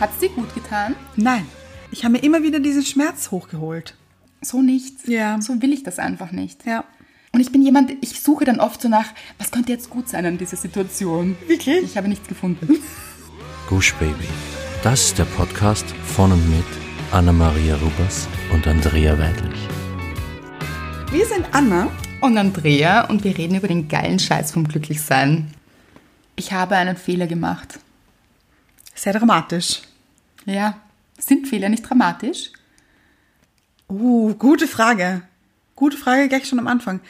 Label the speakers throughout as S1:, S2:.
S1: Hat's dir gut getan?
S2: Nein, ich habe mir immer wieder diesen Schmerz hochgeholt.
S1: So nichts.
S2: Ja.
S1: So will ich das einfach nicht.
S2: Ja.
S1: Und ich bin jemand, ich suche dann oft so nach, was könnte jetzt gut sein an dieser Situation.
S2: Wirklich?
S1: Ich habe nichts gefunden.
S3: Gush Baby. Das ist der Podcast von und mit Anna-Maria Rubers und Andrea Weidlich.
S2: Wir sind Anna.
S1: Und Andrea und wir reden über den geilen Scheiß vom Glücklichsein. Ich habe einen Fehler gemacht.
S2: Sehr dramatisch.
S1: Ja. Sind Fehler nicht dramatisch?
S2: Uh, gute Frage. Gute Frage gleich schon am Anfang.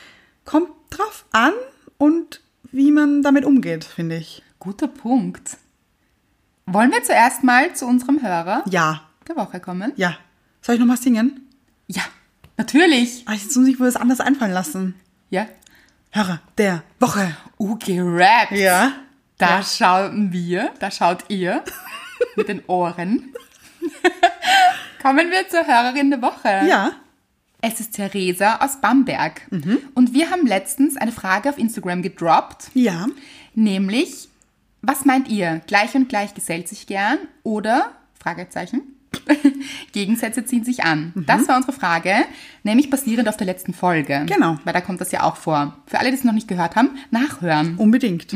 S2: Kommt drauf an und wie man damit umgeht, finde ich.
S1: Guter Punkt. Wollen wir zuerst mal zu unserem Hörer
S2: Ja,
S1: der Woche kommen?
S2: ja. Soll ich nochmal singen?
S1: Ja, natürlich.
S2: Ah, ich jetzt muss ich wohl das anders einfallen lassen.
S1: Ja. Uh,
S2: Hörer der Woche.
S1: Okay, Rap.
S2: Ja.
S1: Da schauen wir, da schaut ihr mit den Ohren. Kommen wir zur Hörerin der Woche.
S2: Ja.
S1: Es ist Theresa aus Bamberg.
S2: Mhm.
S1: Und wir haben letztens eine Frage auf Instagram gedroppt,
S2: Ja.
S1: nämlich, was meint ihr? Gleich und gleich gesellt sich gern oder, Fragezeichen, Gegensätze ziehen sich an.
S2: Mhm.
S1: Das war unsere Frage, nämlich basierend auf der letzten Folge.
S2: Genau.
S1: Weil da kommt das ja auch vor. Für alle, die es noch nicht gehört haben, nachhören.
S2: Unbedingt.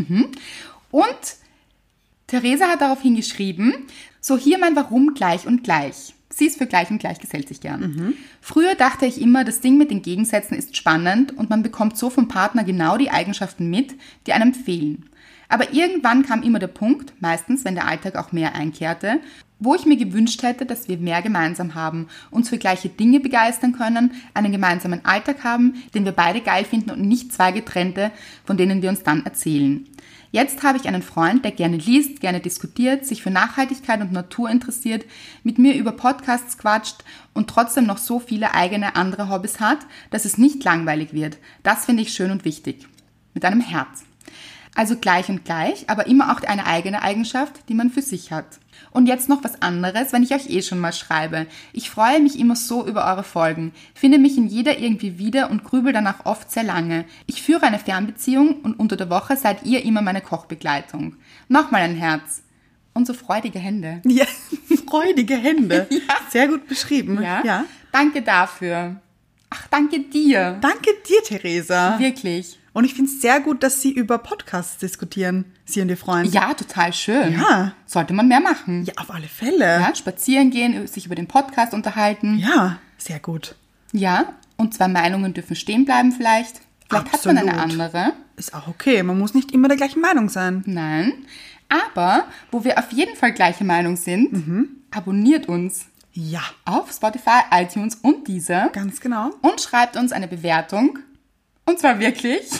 S1: Und Theresa hat daraufhin geschrieben, so hier mein Warum gleich und gleich. Sie ist für gleich und gleich gesellt sich gern. Früher dachte ich immer, das Ding mit den Gegensätzen ist spannend und man bekommt so vom Partner genau die Eigenschaften mit, die einem fehlen. Aber irgendwann kam immer der Punkt, meistens wenn der Alltag auch mehr einkehrte, wo ich mir gewünscht hätte, dass wir mehr gemeinsam haben, uns für gleiche Dinge begeistern können, einen gemeinsamen Alltag haben, den wir beide geil finden und nicht zwei getrennte, von denen wir uns dann erzählen. Jetzt habe ich einen Freund, der gerne liest, gerne diskutiert, sich für Nachhaltigkeit und Natur interessiert, mit mir über Podcasts quatscht und trotzdem noch so viele eigene andere Hobbys hat, dass es nicht langweilig wird. Das finde ich schön und wichtig. Mit einem Herz. Also gleich und gleich, aber immer auch eine eigene Eigenschaft, die man für sich hat. Und jetzt noch was anderes, wenn ich euch eh schon mal schreibe. Ich freue mich immer so über eure Folgen, finde mich in jeder irgendwie wieder und grübel danach oft sehr lange. Ich führe eine Fernbeziehung und unter der Woche seid ihr immer meine Kochbegleitung. Nochmal ein Herz. Und so freudige Hände.
S2: Ja. Freudige Hände.
S1: Ja.
S2: Sehr gut beschrieben. ja.
S1: Danke dafür. Ach, danke dir.
S2: Danke dir, Theresa.
S1: Wirklich.
S2: Und ich finde es sehr gut, dass sie über Podcasts diskutieren, sie und ihr Freund.
S1: Ja, total schön.
S2: Ja.
S1: Sollte man mehr machen.
S2: Ja, auf alle Fälle.
S1: Ja, spazieren gehen, sich über den Podcast unterhalten.
S2: Ja, sehr gut.
S1: Ja, und zwei Meinungen dürfen stehen bleiben vielleicht. Vielleicht hat man eine
S2: Absolut.
S1: andere.
S2: Ist auch okay. Man muss nicht immer der gleichen Meinung sein.
S1: Nein. Aber wo wir auf jeden Fall gleiche Meinung sind,
S2: Mhm.
S1: abonniert uns
S2: Ja,
S1: auf Spotify, iTunes und dieser
S2: ganz genau.
S1: und schreibt uns eine Bewertung. Und zwar wirklich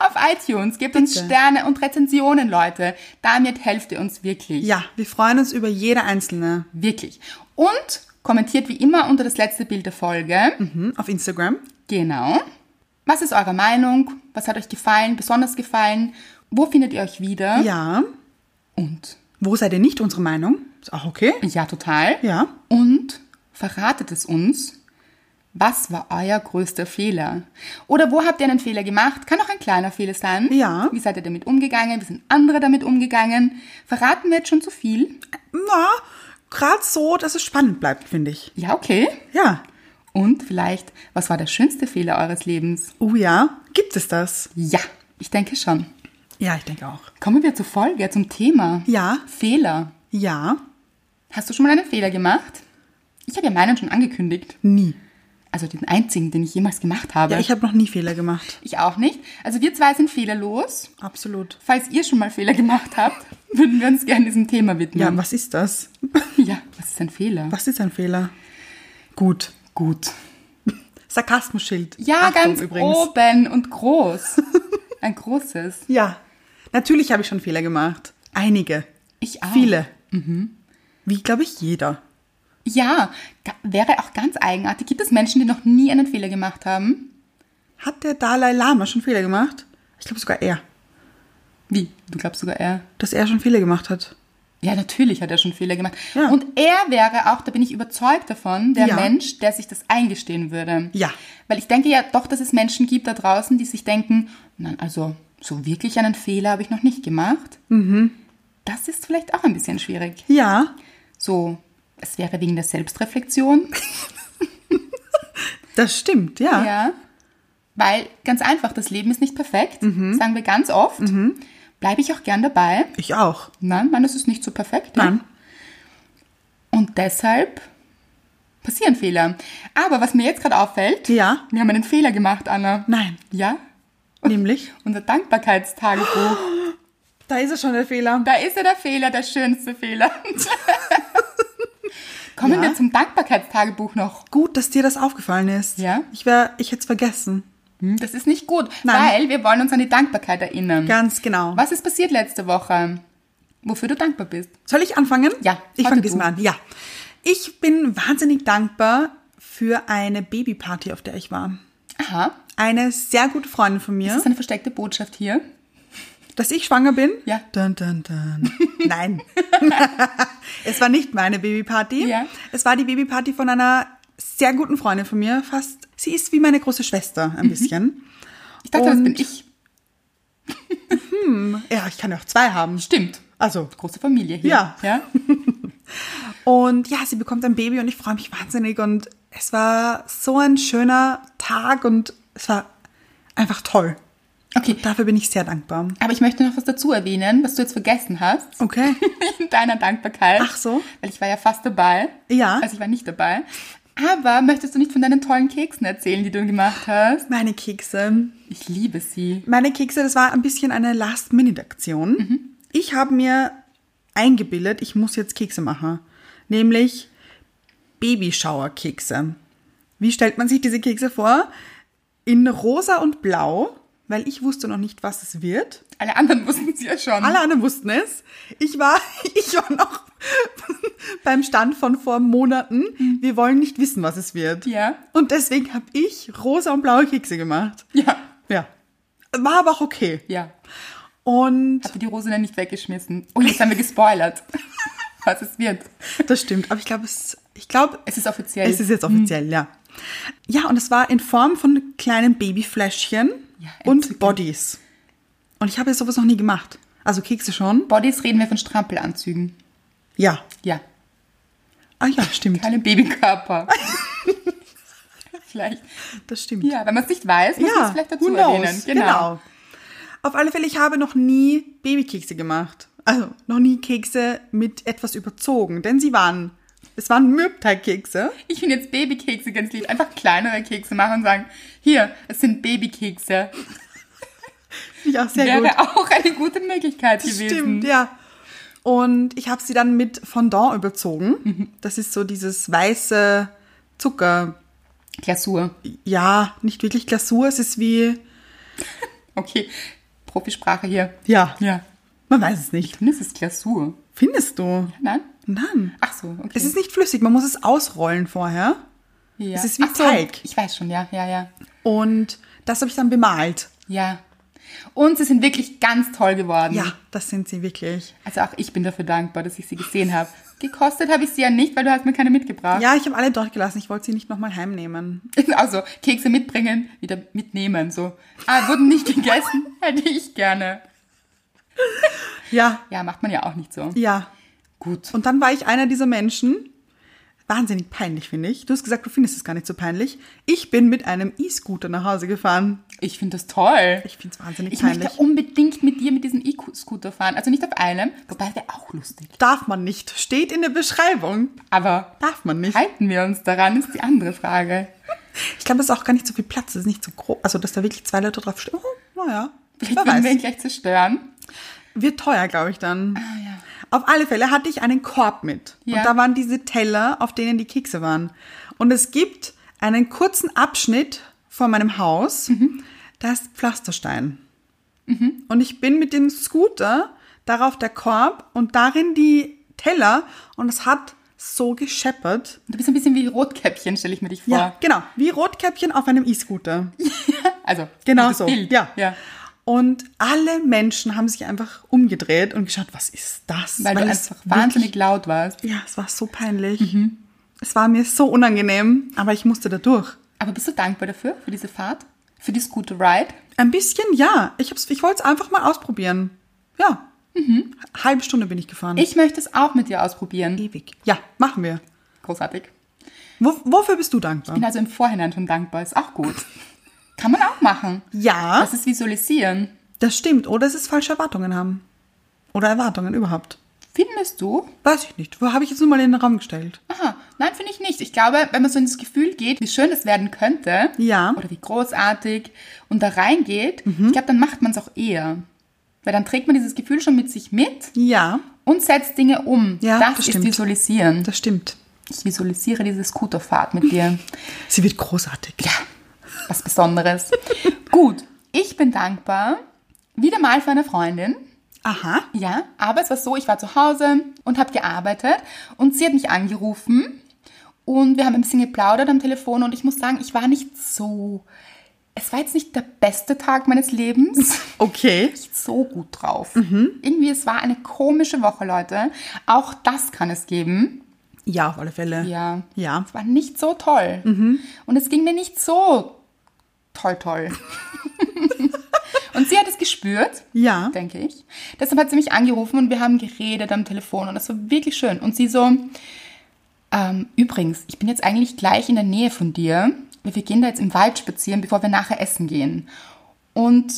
S1: auf iTunes. Gebt uns Sterne und Rezensionen, Leute. Damit helft ihr uns wirklich.
S2: Ja, wir freuen uns über jede einzelne.
S1: Wirklich. Und kommentiert wie immer unter das letzte Bild der Folge.
S2: Hm, auf Instagram.
S1: Genau. Was ist eure Meinung? Was hat euch gefallen, besonders gefallen? Wo findet ihr euch wieder?
S2: Ja.
S1: Und?
S2: Wo seid ihr nicht unsere Meinung? Ist auch okay.
S1: Ja, total.
S2: Ja.
S1: Und verratet es uns, was war euer größter Fehler? Oder wo habt ihr einen Fehler gemacht? Kann auch ein kleiner Fehler sein.
S2: Ja.
S1: Wie seid ihr damit umgegangen? Wie sind andere damit umgegangen? Verraten wir jetzt schon zu viel?
S2: Na, gerade so, dass es spannend bleibt, finde ich.
S1: Ja, okay.
S2: Ja.
S1: Und vielleicht, was war der schönste Fehler eures Lebens?
S2: Oh ja. Gibt es das?
S1: Ja, ich denke schon.
S2: Ja, ich denke auch.
S1: Kommen wir zur Folge, zum Thema.
S2: Ja.
S1: Fehler.
S2: Ja.
S1: Hast du schon mal einen Fehler gemacht? Ich habe ja meinen schon angekündigt.
S2: Nie.
S1: Also den einzigen, den ich jemals gemacht habe.
S2: Ja, ich habe noch nie Fehler gemacht.
S1: Ich auch nicht. Also wir zwei sind fehlerlos.
S2: Absolut.
S1: Falls ihr schon mal Fehler gemacht habt, würden wir uns gerne diesem Thema
S2: Ja,
S1: widmen.
S2: was ist das?
S1: Ja, was ist ein Fehler?
S2: Was ist ein Fehler? Gut.
S1: Gut.
S2: Sarkasmusschild.
S1: Ja,
S2: Achtung
S1: ganz oben und groß. Ein großes.
S2: Ja. Natürlich habe ich schon Fehler gemacht. Einige.
S1: Ich auch.
S2: Viele.
S1: Mhm.
S2: Wie, glaube ich, jeder.
S1: Ja, ga- wäre auch ganz eigenartig. Gibt es Menschen, die noch nie einen Fehler gemacht haben?
S2: Hat der Dalai Lama schon Fehler gemacht? Ich glaube sogar er.
S1: Wie? Du glaubst sogar er.
S2: Dass er schon Fehler gemacht hat.
S1: Ja, natürlich hat er schon Fehler gemacht.
S2: Ja.
S1: Und er wäre auch, da bin ich überzeugt davon, der
S2: Ja.
S1: Mensch, der sich das eingestehen würde.
S2: Ja.
S1: Weil ich denke ja doch, dass es Menschen gibt da
S2: Mhm.
S1: draußen, die sich denken, nein, also so wirklich einen Fehler habe ich noch nicht gemacht. Das ist vielleicht auch ein bisschen schwierig.
S2: Ja,
S1: So, es wäre wegen der Selbstreflexion.
S2: das stimmt, ja.
S1: Ja. Weil ganz einfach, das Leben ist nicht perfekt,
S2: Mhm.
S1: sagen wir ganz oft. Bleibe ich auch gern dabei.
S2: Ich auch.
S1: Nein, man ist es nicht so perfekt. ne?
S2: Nein.
S1: Und deshalb passieren Fehler. Aber was mir jetzt gerade auffällt,
S2: Ja.
S1: wir haben einen Fehler gemacht, Anna.
S2: Nein.
S1: Ja, Oh.
S2: Nämlich?
S1: unser Dankbarkeitstagebuch.
S2: Da ist es schon der Fehler.
S1: Da ist ja der Fehler, der schönste Fehler. Kommen
S2: Ja.
S1: wir zum Dankbarkeitstagebuch noch.
S2: Gut, dass dir das aufgefallen ist.
S1: Ja.
S2: Ich wäre, ich hätte es vergessen.
S1: Hm, Das ist nicht gut,
S2: Nein.
S1: weil wir wollen uns an die Dankbarkeit erinnern.
S2: Ganz genau.
S1: Was ist passiert letzte Woche? Wofür du dankbar bist?
S2: Soll ich anfangen?
S1: Ja,
S2: Ich
S1: heute
S2: fange
S1: du.
S2: diesmal an. Ja. Ich bin wahnsinnig dankbar für eine Babyparty, auf der ich war.
S1: Aha,
S2: Eine sehr gute Freundin von mir,
S1: das ist eine versteckte Botschaft hier.
S2: dass ich schwanger bin.
S1: Ja.
S2: Dun, dun, dun. Nein. es war nicht meine Babyparty.
S1: Ja.
S2: Es war die Babyparty von einer sehr guten Freundin von mir. Fast, sie ist wie meine große Schwester
S1: Mhm.
S2: ein bisschen.
S1: Ich dachte, das
S2: Und-
S1: bin ich.
S2: Ja, ich kann ja auch zwei haben.
S1: Stimmt.
S2: Also,
S1: Große Familie hier.
S2: Ja.
S1: ja?
S2: Und ja, sie bekommt ein Baby und ich freue mich wahnsinnig. Und es war so ein schöner Tag und es war einfach toll.
S1: Okay,
S2: Dafür bin ich sehr dankbar.
S1: aber ich möchte noch was dazu erwähnen, was du jetzt vergessen hast.
S2: Okay.
S1: in deiner Dankbarkeit.
S2: Ach so.
S1: Weil ich war ja fast dabei.
S2: Ja.
S1: Also ich war nicht dabei. Aber möchtest du nicht von deinen tollen Keksen erzählen, die du gemacht hast?
S2: Meine Kekse.
S1: Ich liebe sie.
S2: Meine Kekse, das war ein bisschen eine Last-Minute-Aktion. Ich habe mir eingebildet, ich muss jetzt Kekse machen. Nämlich Babyschauer-Kekse. Wie stellt man sich diese Kekse vor? In rosa und blau, weil ich wusste noch nicht, was es wird.
S1: Alle anderen wussten sie ja schon.
S2: Alle anderen wussten es. Ich war, ich war noch beim Stand von vor Monaten. Wir wollen nicht wissen, was es wird.
S1: Ja.
S2: Und deswegen habe ich rosa und blaue Kekse gemacht.
S1: Ja.
S2: Ja. War aber auch okay.
S1: Ja.
S2: Und
S1: Hast du die Rose dann nicht weggeschmissen? Oh, jetzt haben wir gespoilert. was es wird.
S2: das stimmt. Aber ich glaube, es, ich Mhm. glaube,
S1: Es ist offiziell.
S2: es ist jetzt offiziell, ja. Ja, und es war in Form von kleinen Babyfläschchen
S1: Ja,
S2: und
S1: entzückend.
S2: Bodies. Und ich habe jetzt sowas noch nie gemacht. Also Kekse schon.
S1: Bodies reden wir von Strampelanzügen.
S2: Ja.
S1: Ja.
S2: Ah ja, stimmt.
S1: Keine Babykörper. vielleicht.
S2: Das stimmt.
S1: Ja, wenn man es nicht weiß, muss man es vielleicht dazu
S2: who knows? Genau.
S1: erwähnen. Genau.
S2: Auf alle Fälle, ich habe noch nie Babykekse gemacht. Also noch nie Kekse mit etwas überzogen, denn sie waren, es waren Mürbteigkekse.
S1: Ich finde jetzt Babykekse ganz lieb. Einfach kleinere Kekse machen und sagen, hier, es sind Babykekse.
S2: Finde ich auch sehr
S1: Wäre
S2: gut.
S1: auch eine gute Möglichkeit
S2: Das
S1: gewesen.
S2: Stimmt, ja. Und ich habe sie dann mit Fondant überzogen. Das ist so dieses weiße Zucker.
S1: Glasur.
S2: Ja, nicht wirklich Glasur, es ist wie,
S1: Okay. Profisprache hier.
S2: ja,
S1: Ja.
S2: man weiß es nicht.
S1: Dann ist es Glasur.
S2: Findest du?
S1: Nein?
S2: Nein.
S1: Ach so, okay.
S2: Es ist nicht flüssig, man muss es ausrollen vorher.
S1: ja.
S2: es ist wie
S1: Ach so,
S2: Teig.
S1: Ich weiß schon, ja, ja, ja.
S2: Und das habe ich dann bemalt.
S1: Ja. Und sie sind wirklich ganz toll geworden.
S2: Ja, das sind sie wirklich.
S1: Also auch ich bin dafür dankbar, dass ich sie gesehen habe. Gekostet habe ich sie ja nicht, weil du hast mir keine mitgebracht.
S2: Ja, ich habe alle dort gelassen. Ich wollte sie nicht nochmal heimnehmen.
S1: Also Kekse mitbringen, wieder mitnehmen, so. Ah, wurden nicht gegessen, hätte ich gerne.
S2: Ja,
S1: Ja, macht man ja auch nicht so.
S2: ja.
S1: Gut.
S2: Und dann war ich einer dieser Menschen. Wahnsinnig peinlich, finde ich. Du hast gesagt, du findest es gar nicht so peinlich. Ich bin mit einem E-Scooter nach Hause gefahren.
S1: Ich finde das toll.
S2: Ich finde es wahnsinnig
S1: Ich
S2: peinlich.
S1: möchte um- unbedingt mit dir mit diesem E-Scooter fahren. Also nicht auf einem, wobei wäre auch lustig.
S2: Darf man nicht. Steht in der Beschreibung.
S1: Aber
S2: Darf man nicht.
S1: halten wir uns daran, ist die andere Frage.
S2: Ich glaube, es ist auch gar nicht so viel Platz. Es ist nicht so groß. Also, dass da wirklich zwei Leute drauf stehen. Oh, naja.
S1: Vielleicht
S2: Wer
S1: würden wir ihn
S2: weiß.
S1: gleich zerstören.
S2: Wird teuer, glaube ich, dann.
S1: Ah, ja.
S2: Auf alle Fälle hatte ich einen Korb mit.
S1: Ja.
S2: Und da waren diese Teller, auf denen die Kekse waren. Und es gibt einen kurzen Abschnitt vor meinem Haus,
S1: Mhm.
S2: da ist Pflasterstein. Und ich bin mit dem Scooter, darauf der Korb und darin die Teller. Und es hat so gescheppert.
S1: Du bist ein bisschen wie Rotkäppchen, stelle ich mir dich vor.
S2: Ja, genau. Wie Rotkäppchen auf einem E-Scooter.
S1: Also,
S2: Genau
S1: gutes
S2: so.
S1: Bild.
S2: Ja.
S1: ja.
S2: Und alle Menschen haben sich einfach umgedreht und geschaut, was ist das?
S1: Weil, du
S2: es
S1: einfach wahnsinnig Mhm. laut warst.
S2: Ja, es war so peinlich. Es war mir so unangenehm, aber ich musste da durch.
S1: Aber bist du dankbar dafür, für diese Fahrt? Für die Scooter Ride?
S2: Ein bisschen ja. Ich, hab's- ich wollte es einfach mal ausprobieren. Ja. Halbe Stunde bin ich gefahren.
S1: Mhm. Ich möchte es auch mit dir ausprobieren.
S2: Ewig. Ja, machen wir.
S1: Großartig.
S2: Wo, wofür bist du dankbar?
S1: Bin also im Vorhinein schon dankbar. Ist auch gut. Kann man auch machen.
S2: Ja,
S1: Das ist Visualisieren.
S2: das stimmt. Oder es ist falsche Erwartungen haben. Oder Erwartungen überhaupt.
S1: Findest du?
S2: Weiß ich nicht. Wo habe ich jetzt nur mal in den Raum gestellt?
S1: Aha, nein, finde ich nicht. Ich glaube, wenn man so ins Gefühl geht, wie schön es werden könnte
S2: Ja. Mhm.
S1: oder wie großartig und da reingeht, ich glaube, dann macht man es auch eher. Weil dann trägt man dieses Gefühl schon mit sich mit
S2: Ja,
S1: und setzt Dinge um.
S2: Ja,
S1: das
S2: das
S1: ist
S2: stimmt.
S1: Visualisieren.
S2: das stimmt.
S1: Ich visualisiere diese Scooterfahrt mit dir.
S2: Sie wird großartig.
S1: Ja, was Besonderes. Gut, ich bin dankbar. Wieder mal für eine Freundin.
S2: Aha.
S1: Ja, aber es war so, ich war zu Hause und habe gearbeitet und sie hat mich angerufen und wir haben ein bisschen geplaudert am Telefon und ich muss sagen, ich war nicht so, es war jetzt nicht der beste Tag meines Lebens,
S2: Okay.
S1: nicht so gut drauf.
S2: Mhm.
S1: Irgendwie, es war eine komische Woche, Leute. Auch das kann es geben.
S2: Ja, auf alle Fälle.
S1: Ja,
S2: Ja. Mhm.
S1: es war nicht so toll und es ging mir nicht so toll, toll. und sie hat es gespürt
S2: Ja.
S1: denke ich. Deshalb hat sie mich angerufen und wir haben geredet am Telefon und das war wirklich schön. Und sie so, ähm, übrigens, ich bin jetzt eigentlich gleich in der Nähe von dir. Wir gehen da jetzt im Wald spazieren, bevor wir nachher essen gehen. Und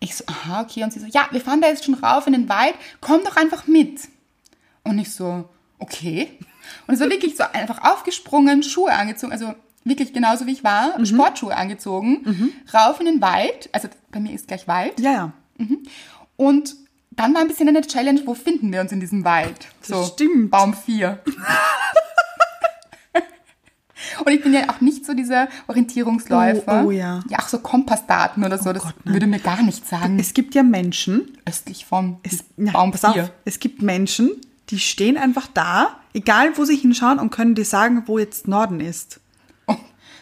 S1: ich so, aha, okay. Und sie so, ja, wir fahren da jetzt schon rauf in den Wald, komm doch einfach mit. Und ich so, okay. Und es war wirklich so einfach aufgesprungen, Schuhe angezogen, also wirklich genauso wie ich war, Sportschuhe angezogen, rauf in den Wald. Also bei mir ist gleich Wald.
S2: Ja, ja.
S1: Und dann war ein bisschen eine Challenge, wo finden wir uns in diesem Wald?
S2: Das stimmt.
S1: Baum 4. Und ich bin ja auch nicht so dieser Orientierungsläufer.
S2: Oh, oh ja. Oh
S1: Ja, auch so Kompassdaten oder so, das
S2: Gott, nein.
S1: würde mir gar nichts sagen.
S2: Es gibt ja Menschen,
S1: Östlich vom
S2: es, na,
S1: Baum
S2: pass auf,
S1: 4.
S2: es gibt Menschen, die stehen einfach da, egal wo sie hinschauen und können dir sagen, wo jetzt Norden ist.
S1: Oh,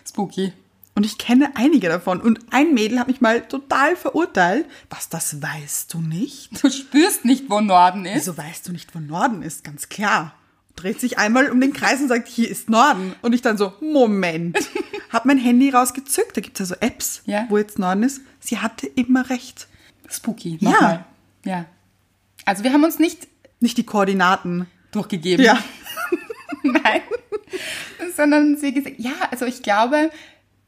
S1: spooky.
S2: Und ich kenne einige davon. Und ein Mädel hat mich mal total verurteilt. Was, das weißt du nicht?
S1: Du spürst nicht, wo Norden ist.
S2: Wieso weißt du nicht, wo Norden ist? Ganz klar. Dreht sich einmal um den Kreis und sagt, hier ist Norden. Und ich dann so, Moment. Hab mein Handy rausgezückt, da gibt's ja so Apps,
S1: Ja.
S2: wo jetzt Norden ist. Sie hatte immer recht.
S1: Spooky.
S2: Ja.
S1: Nochmal. Ja. Also wir haben uns nicht
S2: Nicht die Koordinaten.
S1: durchgegeben.
S2: Ja.
S1: Nein. Sondern sie gesagt, ja, also ich glaube,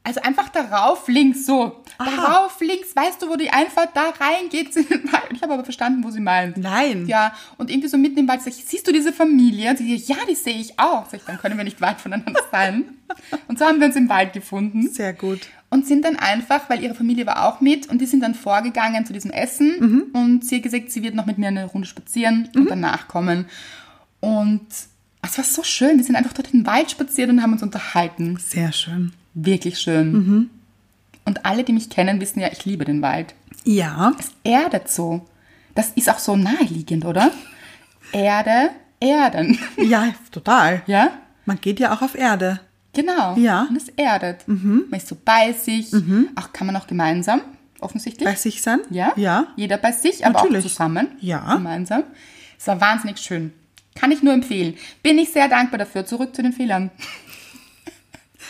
S1: also einfach darauf links so. Darauf links, weißt du, wo die Einfahrt da reingeht? Ich habe aber verstanden, wo sie meint.
S2: Nein.
S1: Ja, und irgendwie so mitten im Wald, sag ich, siehst du diese Familie? Und sie sagt, ja, die sehe ich auch. Sag ich, dann können wir nicht weit voneinander sein. Und so haben wir uns im Wald gefunden.
S2: Sehr gut.
S1: Und sind dann einfach, weil ihre Familie war auch mit, und die sind dann vorgegangen zu diesem Essen. Und sie hat gesagt, sie wird noch mit mir eine Runde spazieren und danach kommen. Und es war so schön. Wir sind einfach dort in den Wald spaziert und haben uns unterhalten.
S2: Sehr schön.
S1: Wirklich schön. Und alle, die mich kennen, wissen ja, ich liebe den Wald.
S2: Ja.
S1: Es erdet so. Das ist auch so naheliegend, oder? Erde, Erden.
S2: Ja, total.
S1: Ja?
S2: Man geht ja auch auf Erde.
S1: Genau.
S2: Ja.
S1: Und es erdet. Man ist so bei sich. Auch kann man auch gemeinsam, offensichtlich.
S2: Bei sich sein?
S1: Ja?
S2: Ja.
S1: Jeder bei sich, aber
S2: Natürlich.
S1: auch zusammen.
S2: Ja.
S1: Gemeinsam. Es war wahnsinnig schön. Kann ich nur empfehlen. Bin ich sehr dankbar dafür. Zurück zu den Fehlern.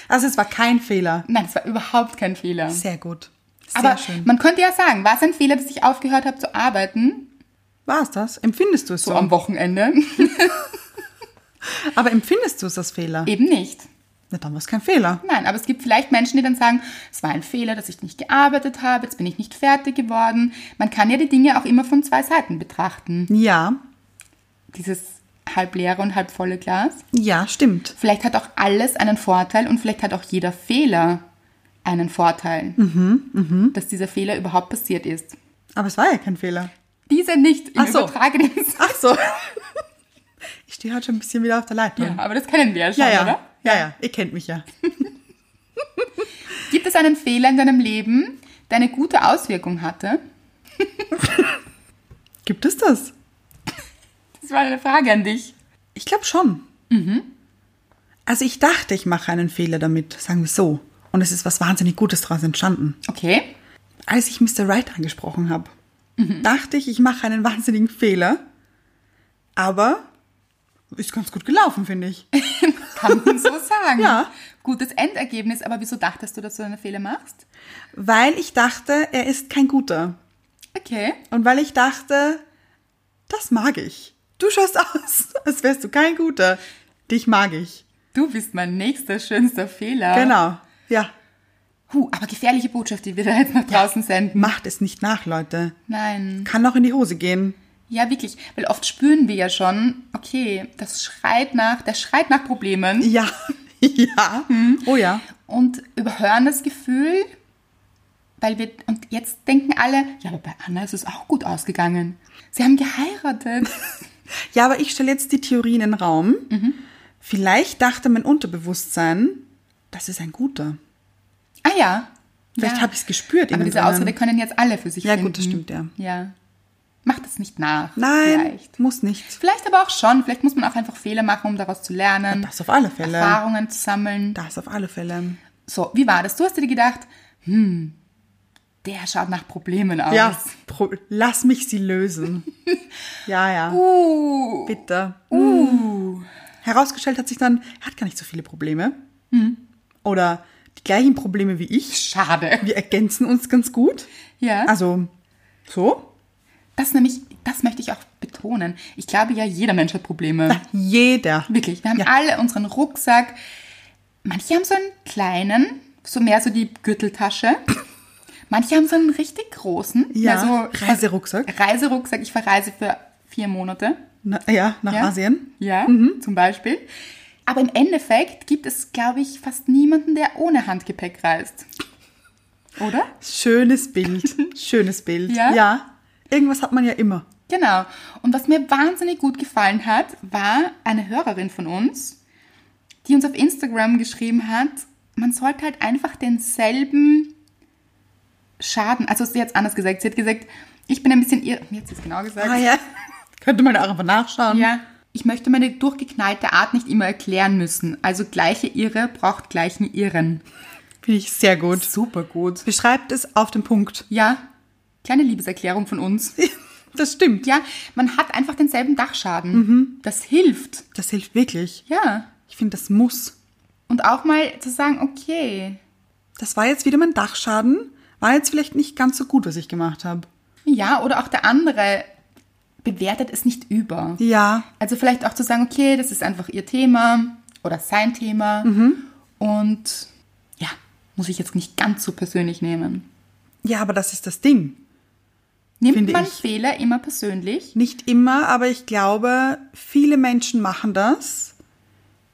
S2: Also es war kein Fehler.
S1: Nein, es war überhaupt kein Fehler.
S2: Sehr gut. Sehr
S1: aber
S2: schön.
S1: man könnte ja sagen, war es ein Fehler, dass ich aufgehört habe zu arbeiten?
S2: War es das? Empfindest du es
S1: So
S2: so?
S1: am Wochenende?
S2: Aber empfindest du es als Fehler?
S1: Eben nicht.
S2: Na, dann war es kein Fehler.
S1: Nein, aber es gibt vielleicht Menschen, die dann sagen, es war ein Fehler, dass ich nicht gearbeitet habe, jetzt bin ich nicht fertig geworden. Man kann ja die Dinge auch immer von zwei Seiten betrachten.
S2: Ja.
S1: Dieses halb leere und halb volle Glas.
S2: Ja, stimmt.
S1: Vielleicht hat auch alles einen Vorteil und vielleicht hat auch jeder Fehler einen Vorteil,
S2: Mhm,
S1: dass dieser Fehler überhaupt passiert ist.
S2: Aber es war ja kein Fehler.
S1: Dieser nicht im
S2: Ach so.
S1: übertragenen Sinne.
S2: Ach so. Ich stehe halt schon ein bisschen wieder auf der Leitung.
S1: Ja, aber das kennen wir ja schon,
S2: ja, ja.
S1: oder?
S2: ja, ja. Ihr kennt mich ja.
S1: Gibt es einen Fehler in deinem Leben, der eine gute Auswirkung hatte?
S2: Gibt es das?
S1: Das war eine Frage an dich.
S2: Ich glaube schon.
S1: Mhm.
S2: Also ich dachte, ich mache einen Fehler damit, sagen wir so. Und es ist was wahnsinnig Gutes daraus entstanden.
S1: Okay.
S2: Als ich Mr. Right angesprochen habe,
S1: Mhm.
S2: dachte ich, ich mache einen wahnsinnigen Fehler. Aber ist ganz gut gelaufen, finde ich.
S1: Kann man so sagen.
S2: Ja.
S1: Gutes Endergebnis, aber wieso dachtest du, dass du einen Fehler machst?
S2: Weil ich dachte, er ist kein guter.
S1: Okay.
S2: Und weil ich dachte, Das mag ich. Du schaust aus, als wärst du kein Guter. Dich mag ich.
S1: Du bist mein nächster schönster Fehler.
S2: Genau. Ja.
S1: Huh, aber gefährliche Botschaft, die wir da jetzt nach draußen senden.
S2: Macht es nicht nach, Leute.
S1: Nein.
S2: Kann auch in die Hose gehen.
S1: Ja, wirklich. Weil oft spüren wir ja schon, okay, das schreit nach, der schreit nach Problemen
S2: Ja. ja.
S1: Mhm.
S2: Oh ja.
S1: und überhören das Gefühl, weil wir, und jetzt denken alle, ja, aber bei Anna ist es auch gut ausgegangen. Sie haben geheiratet.
S2: Ja, aber ich stelle jetzt die Theorie in den Raum.
S1: Mhm.
S2: Vielleicht dachte mein Unterbewusstsein, das ist ein guter.
S1: ah ja.
S2: Vielleicht
S1: ja.
S2: habe ich es gespürt.
S1: Aber
S2: innen
S1: diese
S2: drinnen.
S1: Ausrede können jetzt alle für sich
S2: Ja,
S1: finden.
S2: gut, das stimmt, ja.
S1: Ja. Macht das nicht nach.
S2: Nein,
S1: Vielleicht.
S2: muss nicht.
S1: Vielleicht aber auch schon. Vielleicht muss man auch einfach Fehler machen, um daraus zu lernen.
S2: Das auf alle Fälle.
S1: Erfahrungen zu sammeln.
S2: Das auf alle Fälle.
S1: So, wie war das? Du hast dir gedacht, hm, der schaut nach Problemen aus.
S2: Ja, pro, lass mich sie lösen. ja, ja.
S1: Uh,
S2: Bitte. Mm. Herausgestellt hat sich dann, er hat gar nicht so viele Probleme. Mm. Oder die gleichen Probleme wie ich.
S1: schade.
S2: Wir ergänzen uns ganz gut.
S1: Ja.
S2: Also, so.
S1: Das nämlich, das möchte ich auch betonen. Ich glaube ja, jeder Mensch hat Probleme.
S2: Jeder.
S1: Wirklich. Wir haben
S2: Ja.
S1: alle unseren Rucksack. Manche haben so einen kleinen, so mehr so die Gürteltasche. Manche haben so einen richtig großen.
S2: Ja,
S1: mehr so
S2: Reiserucksack.
S1: Reiserucksack. Ich verreise für vier Monate.
S2: Na, ja, nach
S1: Ja.
S2: Asien.
S1: Ja, zum Beispiel. Aber im Endeffekt gibt es, glaube ich, fast niemanden, der ohne Handgepäck reist. Oder?
S2: Schönes Bild. Schönes Bild.
S1: Ja?
S2: ja. Irgendwas hat man ja immer.
S1: Genau. Und was mir wahnsinnig gut gefallen hat, war eine Hörerin von uns, die uns auf Instagram geschrieben hat, man sollte halt einfach denselben Schaden, also sie hat es anders gesagt, sie hat gesagt, ich bin ein bisschen irre, jetzt ist genau gesagt,
S2: Ah ja. Könnte man da auch einfach nachschauen.
S1: ja, ich möchte meine durchgeknallte Art nicht immer erklären müssen, also gleiche Irre braucht gleichen Irren.
S2: Finde ich sehr gut.
S1: Super gut.
S2: Beschreibt es auf den Punkt.
S1: Ja, kleine Liebeserklärung von uns.
S2: Das stimmt.
S1: Ja, man hat einfach denselben Dachschaden.
S2: Mhm.
S1: Das hilft.
S2: Das hilft wirklich.
S1: Ja.
S2: Ich finde, das muss.
S1: Und auch mal zu sagen, okay,
S2: Das war jetzt wieder mein Dachschaden. War jetzt vielleicht nicht ganz so gut, was ich gemacht habe.
S1: ja, oder auch der andere bewertet es nicht über.
S2: Ja.
S1: Also vielleicht auch zu sagen, okay, das ist einfach ihr Thema oder sein Thema.
S2: Mhm.
S1: Und ja, muss ich jetzt nicht ganz so persönlich nehmen.
S2: Ja, aber das ist das Ding.
S1: Nimmt
S2: Finde
S1: man
S2: ich.
S1: Fehler immer persönlich?
S2: Nicht immer, aber ich glaube, viele Menschen machen das.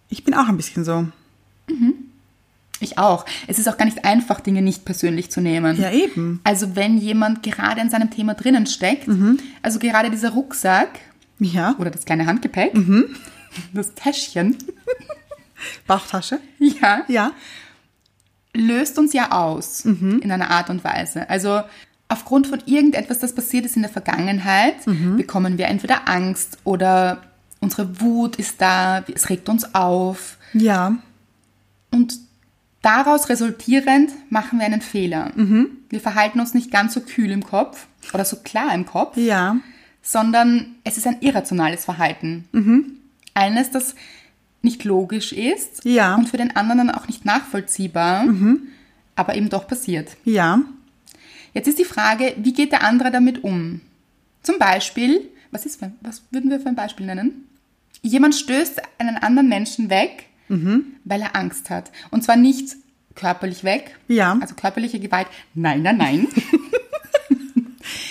S2: Ich bin auch ein bisschen so.
S1: Ich auch. Es ist auch gar nicht einfach, Dinge nicht persönlich zu nehmen.
S2: Ja, eben.
S1: Also wenn jemand gerade in seinem Thema drinnen steckt, also gerade dieser Rucksack
S2: Ja.
S1: oder das kleine Handgepäck, das Täschchen,
S2: Bauchtasche.
S1: ja,
S2: Ja.
S1: löst uns ja aus in einer Art und Weise. Also aufgrund von irgendetwas, das passiert ist in der Vergangenheit, bekommen wir entweder Angst oder unsere Wut ist da, es regt uns auf
S2: Ja.
S1: und daraus resultierend machen wir einen Fehler. Wir verhalten uns nicht ganz so kühl im Kopf oder so klar im Kopf,
S2: Ja.
S1: sondern es ist ein irrationales Verhalten.
S2: Mhm.
S1: Eines, das nicht logisch ist
S2: Ja. Mhm.
S1: und für den anderen auch nicht nachvollziehbar, aber eben doch passiert.
S2: Ja.
S1: Jetzt ist die Frage, wie geht der andere damit um? Zum Beispiel, was, ist, für- was würden wir für ein Beispiel nennen? Jemand stößt einen anderen Menschen weg,
S2: Mhm.
S1: weil er Angst hat. Und zwar nicht körperlich weg,
S2: Ja.
S1: also körperliche Gewalt, nein, nein, nein.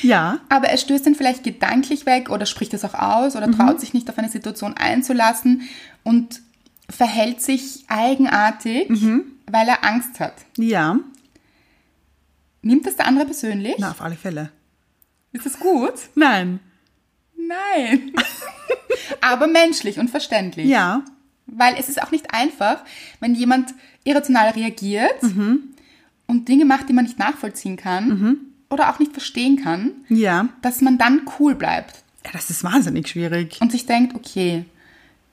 S2: Ja.
S1: Aber er stößt ihn vielleicht gedanklich weg oder spricht es auch aus oder
S2: Mhm.
S1: traut sich nicht auf eine Situation einzulassen und verhält sich eigenartig,
S2: Mhm.
S1: weil er Angst hat.
S2: Ja.
S1: Nimmt das der andere persönlich?
S2: Na, auf alle Fälle.
S1: Ist das gut?
S2: Nein.
S1: Nein. Aber menschlich und verständlich.
S2: Ja.
S1: Weil es ist auch nicht einfach, wenn jemand irrational reagiert
S2: Mhm.
S1: und Dinge macht, die man nicht nachvollziehen kann oder auch nicht verstehen kann,
S2: Ja.
S1: dass man dann cool bleibt.
S2: Ja, das ist wahnsinnig schwierig.
S1: und sich denkt, okay,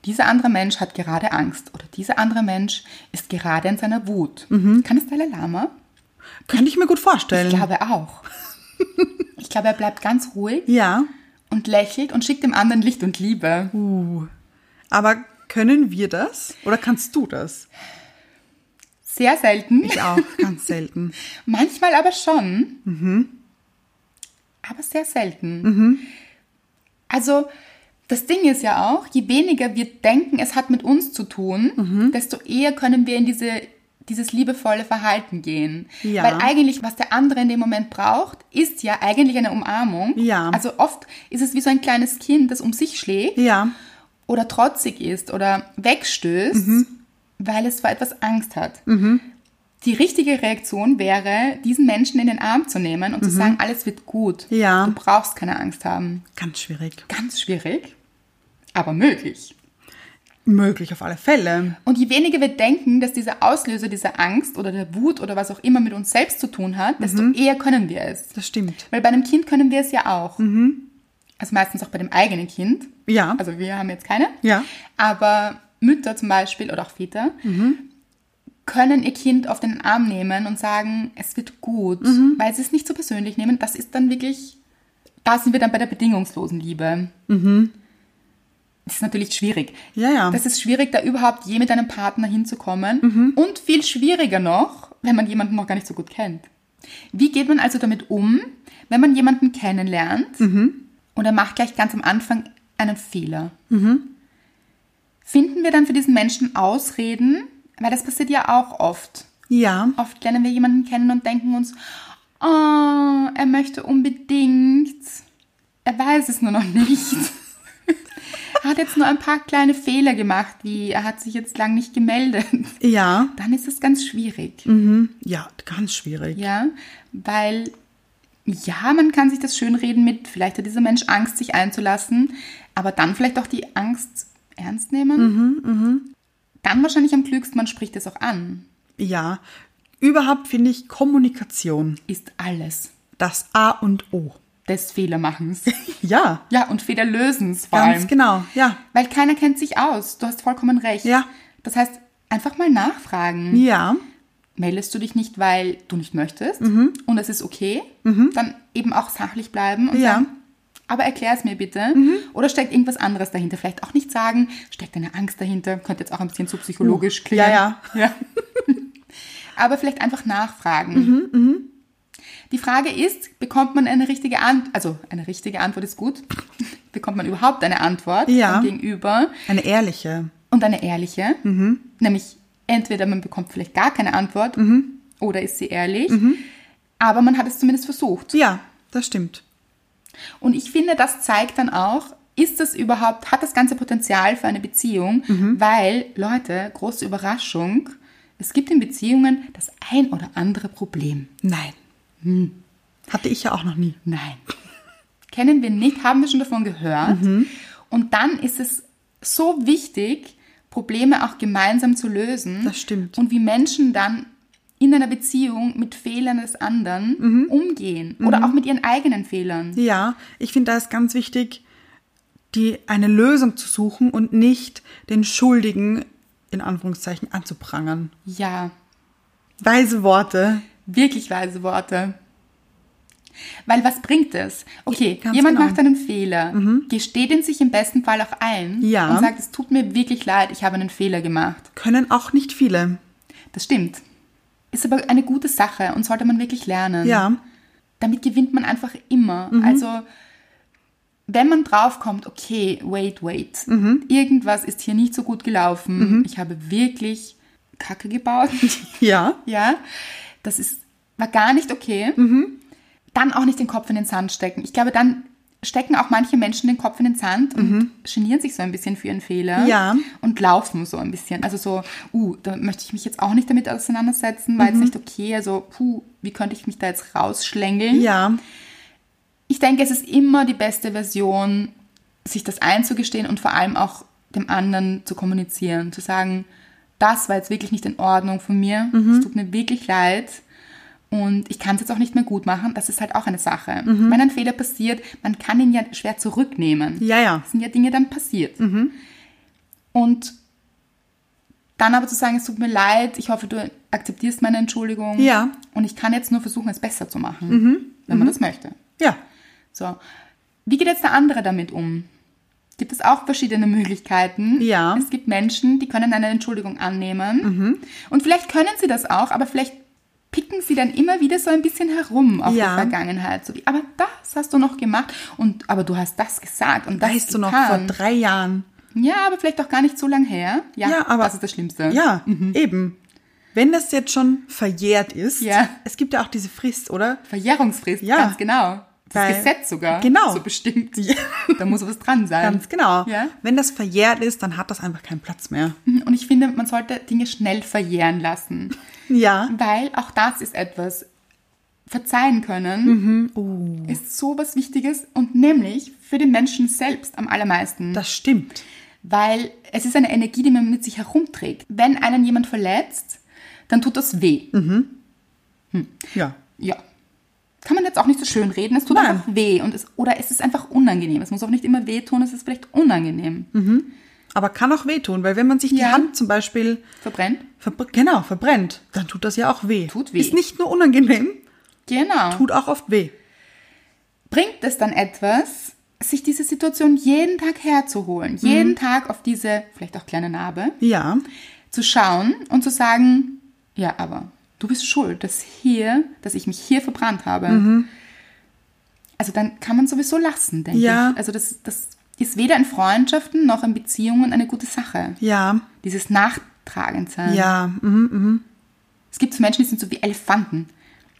S1: dieser andere Mensch hat gerade Angst oder dieser andere Mensch ist gerade in seiner Wut. Kann es Dalai Lama?
S2: Könnte ich mir gut vorstellen.
S1: Ich glaube auch. ich glaube, er bleibt ganz ruhig
S2: Ja.
S1: und lächelt und schickt dem anderen Licht und Liebe.
S2: Aber können wir das? Oder kannst du das?
S1: Sehr selten,
S2: Ich auch. Ganz selten.
S1: manchmal aber schon. Aber sehr selten. Also das Ding ist ja auch, je weniger wir denken, es hat mit uns zu tun, desto eher können wir in diese, dieses liebevolle Verhalten gehen.
S2: Ja.
S1: Weil eigentlich, was der andere in dem Moment braucht, ist ja eigentlich eine Umarmung.
S2: Ja.
S1: Also oft ist es wie so ein kleines Kind, das um sich schlägt
S2: Ja,
S1: oder trotzig ist oder wegstößt, weil es vor etwas Angst hat. Die richtige Reaktion wäre, diesen Menschen in den Arm zu nehmen und zu sagen, alles wird gut.
S2: Ja.
S1: Du brauchst keine Angst haben.
S2: ganz schwierig.
S1: Ganz schwierig, aber möglich.
S2: Möglich auf alle Fälle.
S1: Und je weniger wir denken, dass dieser Auslöser dieser Angst oder der Wut oder was auch immer mit uns selbst zu tun hat, desto eher können wir es.
S2: Das stimmt.
S1: Weil bei einem Kind können wir es ja auch. Also meistens auch bei dem eigenen Kind.
S2: Ja.
S1: Also wir haben jetzt keine.
S2: Ja.
S1: Aber Mütter zum Beispiel oder auch Väter können ihr Kind auf den Arm nehmen und sagen, es wird gut, weil sie es nicht so persönlich nehmen. Das ist dann wirklich, da sind wir dann bei der bedingungslosen Liebe. Das ist natürlich schwierig.
S2: Mhm. Ja, ja.
S1: Das ist schwierig, da überhaupt je mit einem Partner hinzukommen.
S2: Mhm.
S1: Und viel schwieriger noch, wenn man jemanden noch gar nicht so gut kennt. Wie geht man also damit um, wenn man jemanden kennenlernt
S2: Mhm.
S1: und er macht gleich ganz am Anfang einen Fehler?
S2: Mhm.
S1: Finden wir dann für diesen Menschen Ausreden? Weil das passiert ja auch oft.
S2: ja.
S1: Oft lernen wir jemanden kennen und denken uns, oh, er möchte unbedingt. Er weiß es nur noch nicht. er hat jetzt nur ein paar kleine Fehler gemacht, wie er hat sich jetzt lang nicht gemeldet.
S2: Ja.
S1: Dann ist es ganz schwierig,
S2: Ja, ganz schwierig.
S1: ja, weil ja, man kann sich das schönreden mit, vielleicht hat dieser Mensch Angst, sich einzulassen, aber dann vielleicht auch die Angst ernst nehmen. Dann wahrscheinlich am klügsten, man spricht es auch an.
S2: Ja. Überhaupt finde ich Kommunikation
S1: Ist alles.
S2: das A und O.
S1: des Fehlermachens.
S2: Ja,
S1: ja, und Fehlerlösens vor
S2: ganz
S1: allem.
S2: genau. Ja.
S1: Weil keiner kennt sich aus. Du hast vollkommen recht.
S2: Ja.
S1: Das heißt, einfach mal nachfragen.
S2: Ja.
S1: Meldest du dich nicht, weil du nicht möchtest
S2: Mhm.
S1: und es ist okay, dann eben auch sachlich bleiben und
S2: Ja. Mhm.
S1: sagen, aber erklär es mir bitte. Oder steckt irgendwas anderes dahinter. Vielleicht auch nicht sagen, steckt eine Angst dahinter. Könnte jetzt auch ein bisschen zu psychologisch klingen.
S2: Uh, ja,
S1: ja. aber vielleicht einfach nachfragen.
S2: Mhm,
S1: Die Frage ist, bekommt man eine richtige Antwort, also eine richtige Antwort ist gut, bekommt man überhaupt eine Antwort
S2: Ja.
S1: vom Gegenüber
S2: Eine ehrliche.
S1: und eine ehrliche, nämlich entweder man bekommt vielleicht gar keine Antwort oder ist sie ehrlich, aber man hat es zumindest versucht.
S2: Ja, das stimmt.
S1: Und ich finde, das zeigt dann auch, ist das überhaupt, hat das ganze Potenzial für eine Beziehung, weil, Leute, große Überraschung, es gibt in Beziehungen das ein oder andere Problem.
S2: Nein. Hm. Hatte ich ja auch noch nie.
S1: Nein. Kennen wir nicht, haben wir schon davon gehört.
S2: Mhm.
S1: Und dann ist es so wichtig, Probleme auch gemeinsam zu lösen.
S2: Das stimmt.
S1: Und wie Menschen dann in einer Beziehung mit Fehlern des anderen
S2: Mhm.
S1: umgehen oder auch mit ihren eigenen Fehlern.
S2: Ja, ich finde, da ist ganz wichtig, die eine Lösung zu suchen und nicht den Schuldigen in Anführungszeichen anzuprangern.
S1: Ja,
S2: Weise Worte.
S1: wirklich weise Worte. Weil was bringt es? Okay,
S2: Ganz
S1: jemand
S2: genau. Mhm.
S1: macht einen Fehler, gesteht ihn sich im besten Fall auch ein
S2: Ja.
S1: und sagt, es tut mir wirklich leid, ich habe einen Fehler gemacht.
S2: Können auch nicht
S1: Mhm.
S2: viele.
S1: Das stimmt. Ist aber eine gute Sache und sollte man wirklich lernen.
S2: Ja,
S1: Damit gewinnt man einfach immer. Also, wenn man draufkommt, okay, wait, wait, irgendwas ist hier nicht so gut gelaufen, ich habe wirklich Kacke gebaut,
S2: ja,
S1: ja, das ist, war gar nicht okay,
S2: Mhm.
S1: dann auch nicht den Kopf in den Sand stecken. Ich glaube, dann stecken auch manche Menschen den Kopf in den Sand und genieren sich so ein bisschen für ihren Fehler
S2: Mhm. Ja.
S1: und laufen so ein bisschen. Also so, uh, da möchte ich mich jetzt auch nicht damit auseinandersetzen, weil es
S2: Mhm.
S1: nicht okay, also puh, wie könnte ich mich da jetzt rausschlängeln?
S2: ja,
S1: Ich denke, es ist immer die beste Version, sich das einzugestehen und vor allem auch dem anderen zu kommunizieren, zu sagen, das war jetzt wirklich nicht in Ordnung von mir, es
S2: Mhm.
S1: tut mir wirklich leid und ich kann es jetzt auch nicht mehr gut machen. Das ist halt auch eine Sache. Wenn ein Fehler passiert, man kann ihn ja schwer zurücknehmen.
S2: Mhm. ja, Mhm. ja.
S1: Es sind ja Dinge dann passiert. Und dann aber zu sagen, es tut mir leid, ich hoffe, du akzeptierst meine Entschuldigung
S2: Ja. Mhm.
S1: und ich kann jetzt nur versuchen, es besser zu machen, wenn man das möchte.
S2: Ja,
S1: So, wie geht jetzt der andere damit um? Gibt es auch verschiedene Möglichkeiten?
S2: Ja. Mhm.
S1: Es gibt Menschen, die können eine Entschuldigung annehmen. Und vielleicht können sie das auch, aber vielleicht picken sie dann immer wieder so ein bisschen herum auf
S2: Ja.
S1: die Vergangenheit. So wie, aber das hast du noch gemacht und aber du hast das gesagt und das
S2: Weißt du noch, vor
S1: getan.
S2: drei Jahren.
S1: Ja, aber vielleicht auch gar nicht so lang her. Ja, Mhm. das ist das Schlimmste.
S2: Ja, eben. Wenn das jetzt schon verjährt ist,
S1: Ja.
S2: es gibt ja auch diese Frist, oder?
S1: Verjährungsfrist,
S2: Ja.
S1: ganz genau. Das
S2: Weil-
S1: Gesetz sogar.
S2: Genau.
S1: So bestimmt. Da muss was dran sein.
S2: Ganz genau.
S1: Ja. Mhm.
S2: Wenn das verjährt ist, dann hat das einfach keinen Platz mehr.
S1: Und ich finde, man sollte Dinge schnell verjähren lassen.
S2: Ja.
S1: Weil auch das ist etwas, verzeihen können, ist so was Wichtiges und nämlich für den Menschen selbst am allermeisten.
S2: Das stimmt.
S1: Weil es ist eine Energie, die man mit sich herumträgt. Wenn einen jemand verletzt, dann tut das weh.
S2: Ja.
S1: Ja. Kann man jetzt auch nicht so schön reden, es tut
S2: Nein.
S1: einfach weh. Und es, oder es ist einfach unangenehm. Es muss auch nicht immer wehtun, es ist vielleicht unangenehm.
S2: Aber kann auch wehtun, weil wenn man sich die
S1: Ja.
S2: Hand zum Beispiel
S1: Verbrennt?
S2: verbr genau, verbrennt, dann tut das ja auch weh.
S1: Tut weh.
S2: Ist nicht nur unangenehm,
S1: Genau.
S2: tut auch oft weh.
S1: bringt es dann etwas, sich diese Situation jeden Tag herzuholen, jeden Tag auf diese vielleicht auch kleine Narbe
S2: Ja.
S1: zu schauen und zu sagen, ja, aber du bist schuld, dass hier, dass ich mich hier verbrannt habe.
S2: Mhm.
S1: Also dann kann man sowieso lassen, denke
S2: Ja.
S1: ich. Also das, das ist weder in Freundschaften noch in Beziehungen eine gute Sache.
S2: Ja.
S1: Dieses Nachtragend sein.
S2: Ja. Mhm.
S1: Es gibt so Menschen, die sind so wie Elefanten.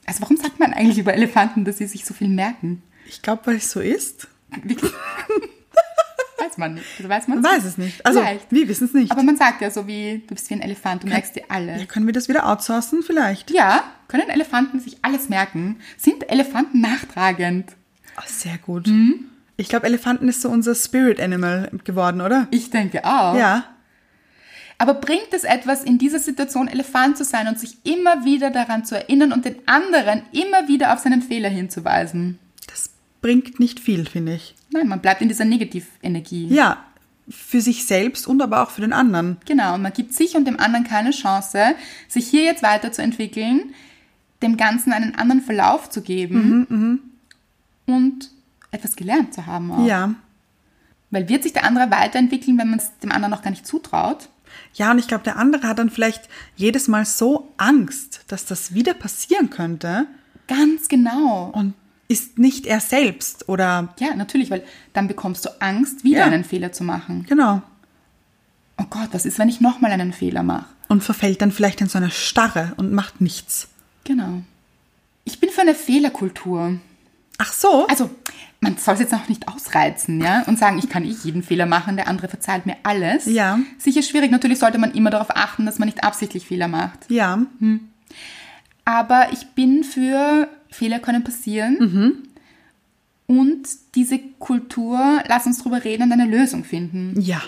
S1: Also warum sagt man eigentlich über Elefanten, dass sie sich so viel merken?
S2: Ich glaube, weil es so ist.
S1: Wirklich? weiß man nicht. Also weiß man
S2: Man weiß es nicht. Also,
S1: Vielleicht.
S2: wir wissen es nicht.
S1: Aber man sagt ja so wie, du bist wie ein Elefant, du merkst dir
S2: ja,
S1: alle.
S2: können wir das wieder outsourcen vielleicht?
S1: Ja, können Elefanten sich alles merken? Sind Elefanten nachtragend?
S2: Ah, sehr gut. Ich glaube, Elefanten ist so unser Spirit Animal geworden, oder?
S1: Ich denke auch.
S2: Ja.
S1: Aber bringt es etwas, in dieser Situation Elefant zu sein und sich immer wieder daran zu erinnern und den anderen immer wieder auf seinen Fehler hinzuweisen?
S2: Das bringt nicht viel, finde ich.
S1: Nein, man bleibt in dieser Negativenergie.
S2: Ja, für sich selbst und aber auch für den anderen.
S1: Genau, man gibt sich und dem anderen keine Chance, sich hier jetzt weiterzuentwickeln, dem Ganzen einen anderen Verlauf zu geben
S2: Mhm,
S1: und etwas gelernt zu haben. Auch.
S2: Ja.
S1: Weil wird sich der andere weiterentwickeln, wenn man es dem anderen noch gar nicht zutraut?
S2: Ja, und ich glaube, der andere hat dann vielleicht jedes Mal so Angst, dass das wieder passieren könnte
S1: Ganz genau.
S2: und ist nicht er selbst oder
S1: Ja, natürlich, weil dann bekommst du Angst, wieder
S2: Ja.
S1: einen Fehler zu machen.
S2: genau
S1: Oh Gott, was ist, wenn ich nochmal einen Fehler mache?
S2: und verfällt dann vielleicht in so eine Starre und macht nichts.
S1: Genau. Ich bin für eine Fehlerkultur.
S2: Ach so?
S1: Also, man soll es jetzt auch nicht ausreizen, ja, und sagen, ich kann eh jeden Fehler machen, der andere verzeiht mir alles.
S2: Ja.
S1: Sicher schwierig, natürlich sollte man immer darauf achten, dass man nicht absichtlich Fehler macht.
S2: ja,
S1: Aber ich bin für Fehler können passieren.
S2: Mhm.
S1: Und diese Kultur, lass uns drüber reden und eine Lösung finden.
S2: ja.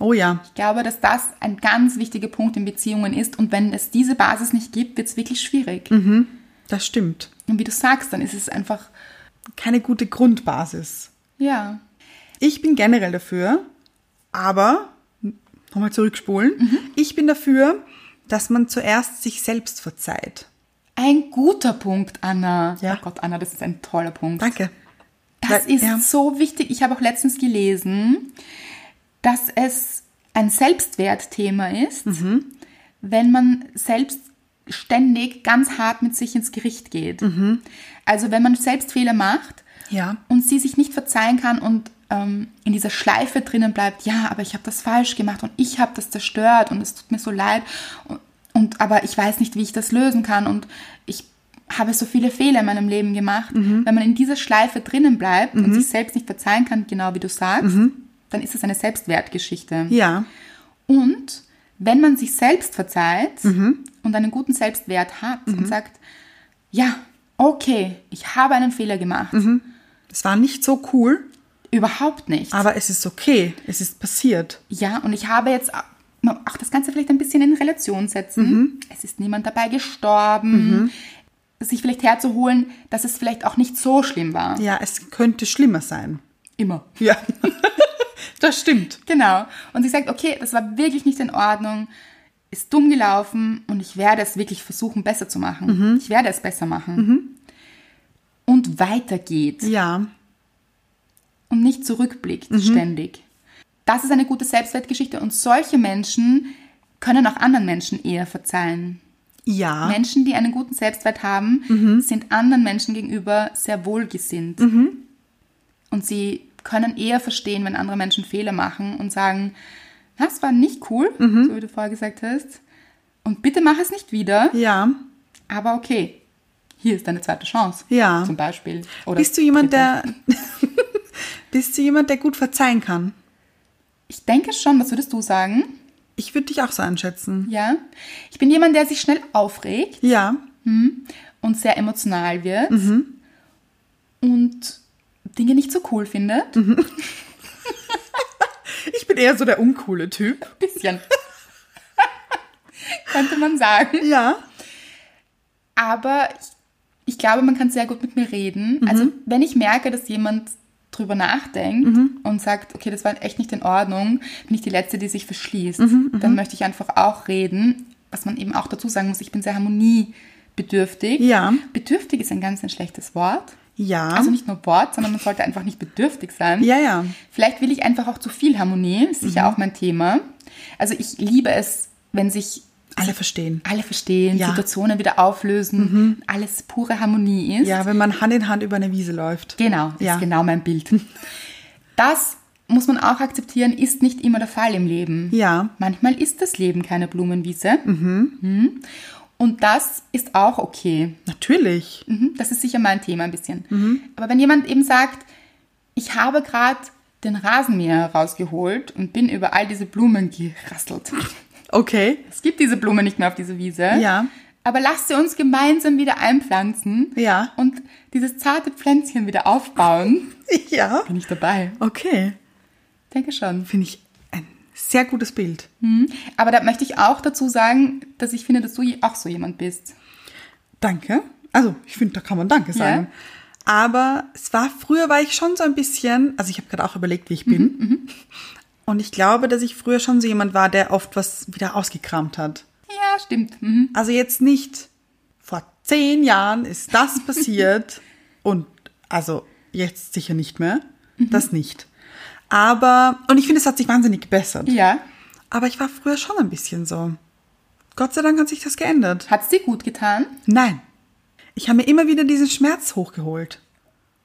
S2: Oh ja.
S1: Ich glaube, dass das ein ganz wichtiger Punkt in Beziehungen ist. Und wenn es diese Basis nicht gibt, wird es wirklich schwierig.
S2: Mhm. Das stimmt.
S1: Und wie du sagst, dann ist es einfach,
S2: Keine gute Grundbasis.
S1: ja,
S2: Ich bin generell dafür, aber nochmal zurückspulen. Ich bin dafür, dass man zuerst sich selbst verzeiht.
S1: ein guter Punkt, Anna.
S2: Ja.
S1: Oh Gott, Anna, das ist ein toller Punkt.
S2: Danke.
S1: Das
S2: Weil-
S1: ist
S2: ja.
S1: so wichtig. Ich habe auch letztens gelesen, dass es ein Selbstwertthema ist,
S2: Mhm.
S1: wenn man selbst ständig ganz hart mit sich ins Gericht geht.
S2: Mhm.
S1: Also wenn man selbst Fehler macht
S2: Ja.
S1: und sie sich nicht verzeihen kann und ähm, in dieser Schleife drinnen bleibt, ja, aber ich habe das falsch gemacht und ich habe das zerstört und es tut mir so leid und, und aber ich weiß nicht, wie ich das lösen kann und ich habe so viele Fehler in meinem Leben gemacht. Wenn man in dieser Schleife drinnen bleibt und sich selbst nicht verzeihen kann, genau wie du sagst, dann ist es eine Selbstwertgeschichte.
S2: Ja.
S1: Und wenn man sich selbst verzeiht und einen guten Selbstwert hat und sagt, ja, okay, ich habe einen Fehler gemacht,
S2: Es war nicht so cool,
S1: überhaupt nicht.
S2: aber es ist okay. Es ist passiert.
S1: Ja, und ich habe jetzt auch das Ganze vielleicht ein bisschen in Relation setzen. Es ist niemand dabei gestorben. Sich vielleicht herzuholen, dass es vielleicht auch nicht so schlimm war.
S2: Ja, es könnte schlimmer sein.
S1: Immer.
S2: Ja. das stimmt.
S1: Genau. Und sie sagt, okay, das war wirklich nicht in Ordnung, ist dumm gelaufen und ich werde es wirklich versuchen, besser zu machen. Ich werde es besser machen. Und weiter geht
S2: Ja.
S1: und nicht zurückblickt ständig. Das ist eine gute Selbstwertgeschichte und solche Menschen können auch anderen Menschen eher verzeihen.
S2: Ja. Mhm.
S1: Menschen, die einen guten Selbstwert haben, sind anderen Menschen gegenüber sehr wohlgesinnt.
S2: Mhm.
S1: Und sie können eher verstehen, wenn andere Menschen Fehler machen und sagen, das war nicht cool,
S2: Mhm.
S1: so wie du vorher gesagt hast. Und bitte mach es nicht wieder,
S2: Ja.
S1: aber okay. Hier ist deine zweite Chance.
S2: Ja.
S1: Zum Beispiel. Oder
S2: Bist du jemand,
S1: dritte.
S2: der. bist du jemand, der gut verzeihen kann?
S1: Ich denke schon, was würdest du sagen?
S2: Ich würde dich auch so einschätzen.
S1: Ja. Ich bin jemand, der sich schnell aufregt
S2: Ja.
S1: und sehr emotional wird
S2: Mhm.
S1: und Dinge nicht so cool findet. Ein
S2: Ich bin eher so der uncoole Typ.
S1: bisschen. Könnte man sagen.
S2: Ja.
S1: Aber ich, ich glaube, man kann sehr gut mit mir reden. Also, wenn ich merke, dass jemand drüber nachdenkt und sagt, okay, das war echt nicht in Ordnung, bin ich die Letzte, die sich verschließt. Dann möchte ich einfach auch reden, was man eben auch dazu sagen muss, ich bin sehr harmoniebedürftig.
S2: Ja.
S1: Bedürftig ist ein ganz ein schlechtes Wort.
S2: Ja.
S1: Also nicht nur Wort, sondern man sollte einfach nicht bedürftig sein.
S2: ja, ja. Mhm.
S1: Vielleicht will ich einfach auch zu viel Harmonie, ist sicher auch mein Thema. Also ich liebe es, wenn sich
S2: Alle verstehen.
S1: alle verstehen,
S2: Ja. Mhm.
S1: Situationen wieder auflösen, alles pure Harmonie ist.
S2: Ja, wenn man Hand in Hand über eine Wiese läuft.
S1: Genau,
S2: Ja. Hm.
S1: ist genau mein Bild. Das muss man auch akzeptieren, ist nicht immer der Fall im Leben.
S2: Ja.
S1: Manchmal ist das Leben keine Blumenwiese. Mhm. Und das ist auch okay.
S2: Natürlich.
S1: Mhm, Das ist sicher mein Thema ein bisschen.
S2: Mhm.
S1: Aber wenn jemand eben sagt, ich habe gerade den Rasenmäher rausgeholt und bin über all diese Blumen gerasselt.
S2: Okay.
S1: Es gibt diese Blumen nicht mehr auf dieser Wiese.
S2: Ja.
S1: Aber lasst sie uns gemeinsam wieder einpflanzen.
S2: Ja.
S1: Und dieses zarte Pflänzchen wieder aufbauen.
S2: Ja.
S1: Bin ich dabei?
S2: Okay.
S1: Denke schon.
S2: Finde ich ein sehr gutes Bild.
S1: Mhm. Aber da möchte ich auch dazu sagen, dass ich finde, dass du auch so jemand bist.
S2: Danke. Also, ich finde, da kann man Danke sagen. Aber es war, früher war ich schon so ein bisschen, also ich habe gerade auch überlegt, wie ich bin. Und ich glaube, dass ich früher schon so jemand war, der oft was wieder ausgekramt hat.
S1: Ja, stimmt. Mhm.
S2: Also jetzt nicht, vor zehn Jahren ist das passiert und also jetzt sicher nicht mehr. Das nicht. Aber, und ich finde, es hat sich wahnsinnig gebessert.
S1: Ja.
S2: Aber ich war früher schon ein bisschen so. Gott sei Dank hat sich das geändert.
S1: Hat es dir gut getan?
S2: Nein. Ich habe mir immer wieder diesen Schmerz hochgeholt.